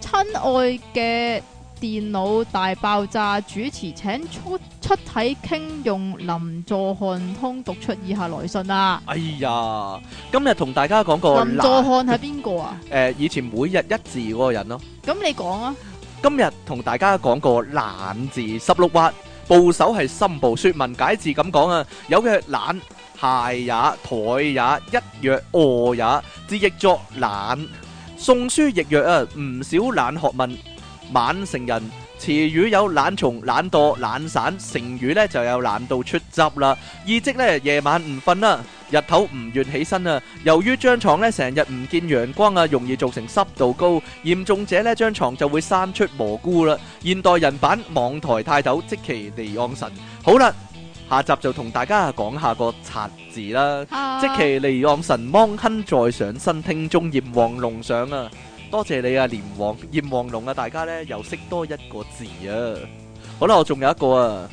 B: 親愛嘅電腦大爆炸主持，請出出體傾用林助漢通讀出以下來信啦。
A: 哎呀，今日同大家講個
B: 林助
A: 懶
B: 漢係邊個啊？
A: 誒、以前每日一字嗰個人咯，
B: 咁你講啊，
A: 今日同大家講個懶字，十六畫，部首係心部，説文解字咁講啊，有嘅懶。鞋也、怠也、一曰餓也，之亦作懶。宋書亦曰啊，唔少懶學問，晚成人。詞語有懶蟲、懶惰、懶散，成語呢就有懶到出汁啦。意即呢，夜晚唔瞓啦，日頭唔願起身啊。由於張床呢成日唔見陽光啊，容易造成濕度高，嚴重者呢張床就會生出蘑菇啦。現代人版網台泰斗即其離岸神。好啦，下集就同大家講下個拆字啦。
B: 啊
A: 即其離岸神芒亨在上身，聽眾炎黃龍上啊！多謝你啊，炎黃炎黃龍啊！大家呢又識多一個字啊！好啦，我仲有一個啊，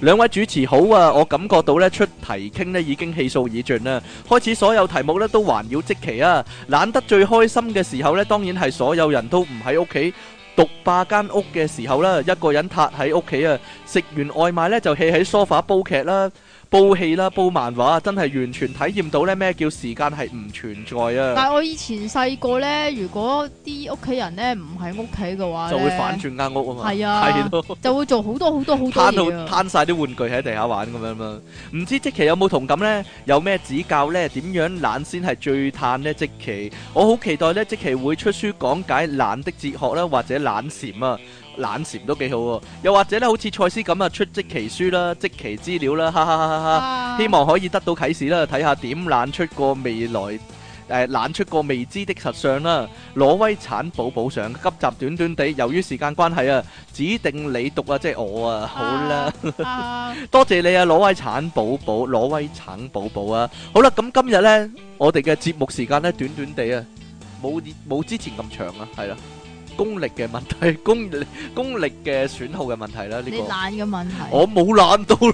A: 兩位主持好啊！我感覺到呢出題傾呢已經氣數已盡啦，開始所有題目呢都環繞即其啊！懶得最開心嘅時候呢，當然係所有人都唔喺屋企。獨霸間屋嘅時候啦，一個人塌喺屋企啊，食完外賣呢就 hea 喺 sofa 煲劇啦，煲戲啦，煲漫畫啊，真係完全體驗到咧咩叫時間係唔存在啊，
B: 但系我以前細個咧，如果啲屋企人咧唔喺屋企嘅話
A: 就
B: 咧，
A: 會反轉間屋啊嘛，
B: 啊係啊
A: 係咯，
B: 就會做好多好多好多
A: 攤到
B: 嘢啊。
A: 攤晒啲玩具喺地下玩咁樣嘛，唔知即期有冇同感呢？有咩指教呢？點樣懶先係最嘆呢？即期，我好期待呢，即期會出書講解懶的哲學啦，或者懶禪啊。懶禪都幾好喎，又或者咧，好似賽斯咁啊，出即期書啦、即期資料啦，哈哈哈哈哈！
B: 啊
A: 希望可以得到啟示啦，睇下點懶出個未來誒、誒攬出個未知的實相啦。挪威產寶寶上急集短短地，由於時間關係啊，指定你讀啊，即係我啊，好啦。
B: 啊，
A: 多謝你啊，挪威橙寶寶，挪威橙寶寶啊！好啦，咁今日呢，我哋嘅節目時間呢，短短地啊，冇以冇之前咁長啊，係啦，功力嘅問題，功力功力嘅損耗嘅問題 (laughs) 啦，呢、
B: 你
A: 個
B: 懶嘅問題。
A: 我冇懶到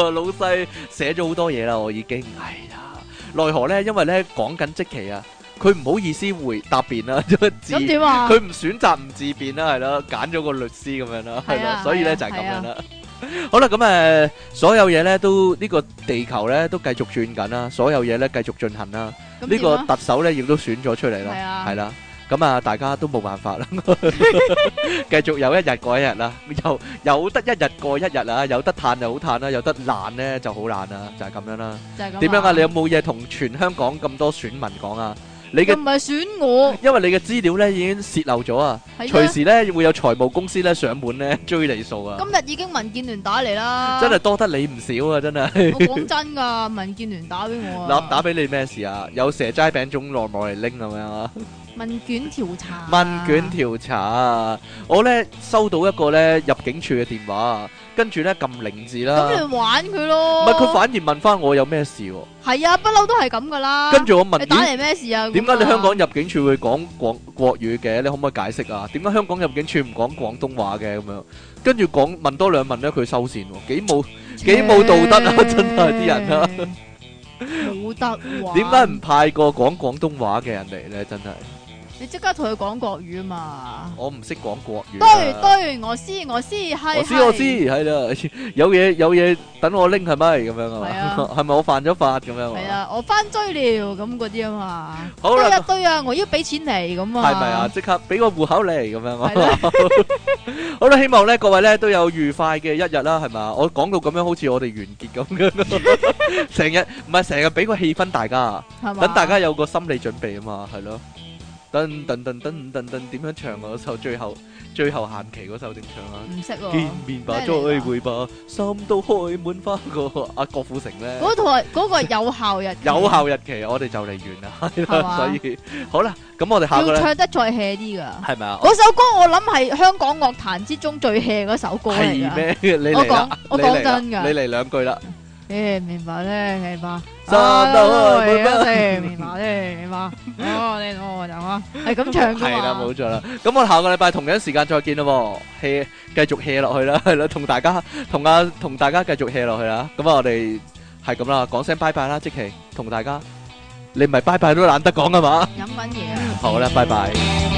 A: 啦，老細寫咗好多嘢啦，我已經，哎呀，奈何呢？因為呢講緊即期啊，佢唔好意思回答辯啦， (laughs) 因為自
B: 咁點啊？
A: 佢唔選擇唔自辯啦，係啦，揀咗個律師咁樣啦，係
B: 係
A: 啦
B: 啊，
A: 所以咧就
B: 係
A: 係
B: 啊
A: 咁樣啦。好啦，咁誒，所有嘢咧都呢個地球咧都繼續轉緊啦，所有嘢咧繼續進行啦。
B: 咁
A: 呢
B: 點
A: 個
B: 啊
A: 特首咧亦都選咗出嚟
B: 係
A: 啦
B: 啊，
A: 係啦。咁啊，大家都冇辦法啦， (laughs) 繼續有一日過一日啦，有有得一日過一日啦，有得嘆就好嘆啦，有得爛咧就好爛啦，就係咁樣啦。
B: 就係咁
A: 點樣啊？你有冇嘢同全香港咁多選民講啊？你
B: 又
A: 嘅
B: 唔係選我，
A: 因為你嘅資料咧已經泄漏咗啊！
B: 係
A: 隨
B: 啊
A: 時咧會有財務公司咧上門咧 (laughs) 追你數啊！
B: 今日已經民建聯打嚟啦。
A: 真係多得你唔少啊！真係
B: (laughs) 我講真㗎，民建聯打俾我啊。
A: 攬打俾你咩事啊？有蛇齋餅種落落嚟拎咁樣啊！
B: 問卷調查。
A: 問卷調查啊！我咧收到一個咧入境處嘅電話，跟住咧撳零字
B: 咁
A: 啦，
B: 你玩佢咯。
A: 唔係佢反而問翻我有咩事喎？
B: 係啊，不嬲都係咁㗎啦。
A: 跟住我問
B: 啊你打
A: 咦
B: 嚟咩事啊？
A: 點解
B: 咁
A: 你
B: 啊
A: 香港入境處會講廣國語嘅？你可唔可以解釋啊？點解香港入境處唔講廣東話嘅咁樣？跟住講問多兩問咧，佢收線喎，幾
B: (laughs)
A: 冇幾冇道德啊！真係啲人啊！
B: 冇得玩。
A: 點解唔派個講廣東話嘅人嚟呢？真係
B: 你即刻同佢講國語啊嘛？
A: 我唔識講國語
B: 對
A: 啊。
B: 對，我知我知，係
A: 我知我知，
B: 係
A: 係啦， (laughs) 有嘢有嘢等我拎係咪咁樣啊
B: 係啊
A: 嘛？ (laughs) 係咪我犯咗法咁樣
B: 係
A: 啊？
B: 啊，我翻追了咁嗰啲啊嘛。
A: 好啦
B: 對啊對啊，我要俾錢你咁啊。
A: 係咪啊？？即刻俾個户口嚟咁樣
B: 係啦
A: 啊！ (laughs) 好啦，希望呢各位呢都有愉快嘅一日啦，係嘛？我講到咁樣，好似我哋完結咁樣，啊 (laughs) 成日唔係成日俾個氣氛大家啊。
B: 係嘛？
A: 等大家有個心理準備啊嘛，係咯。噔噔噔噔噔噔，點樣唱啊嗰首最後最後限期嗰首點唱啊？
B: 唔識
A: 見
B: 喎。
A: 面吧，
B: 咩
A: 再
B: 嚟㗎
A: 會吧，心都開滿花個阿郭富城咧，
B: 嗰台嗰個係有效日期，
A: 有效日期我哋就嚟完啦，係
B: 係
A: 啦，
B: 嘛
A: (laughs) 所以好啦，咁我哋下個
B: 要
A: 咧
B: 唱得再 hea 啲㗎。
A: 係咪啊？
B: 嗰首歌我諗係香港樂壇之中最 hea 嗰首歌嚟
A: 係
B: 㗎。
A: 咩？你嚟啦，
B: 我講
A: 你
B: 我講
A: 嚟啦
B: 真㗎
A: 你嚟兩句啦，
B: 诶，明白咧，明白。
A: 三到啊
B: 哎呀
A: 妹
B: 对明白咧，明白。哦，你我就啊，系咁唱噶
A: 係啦，
B: 嘛
A: 冇。錯啦。咁我哋下個禮拜同樣時間再見咯喎，hea 繼續 hea 落去啦， (laughs) 係啦，同大家同啊同大家繼續 hea 落去啦。咁啊，我哋係咁啦，講聲拜拜啦，即期同大家，你唔係拜拜都懶得講啊嘛。
B: 饮紧嘢啊。
A: 好啦，拜拜。
B: à? Hãy subscribe cho kênh Ghiền Mì Gõ Để không bỏ lỡ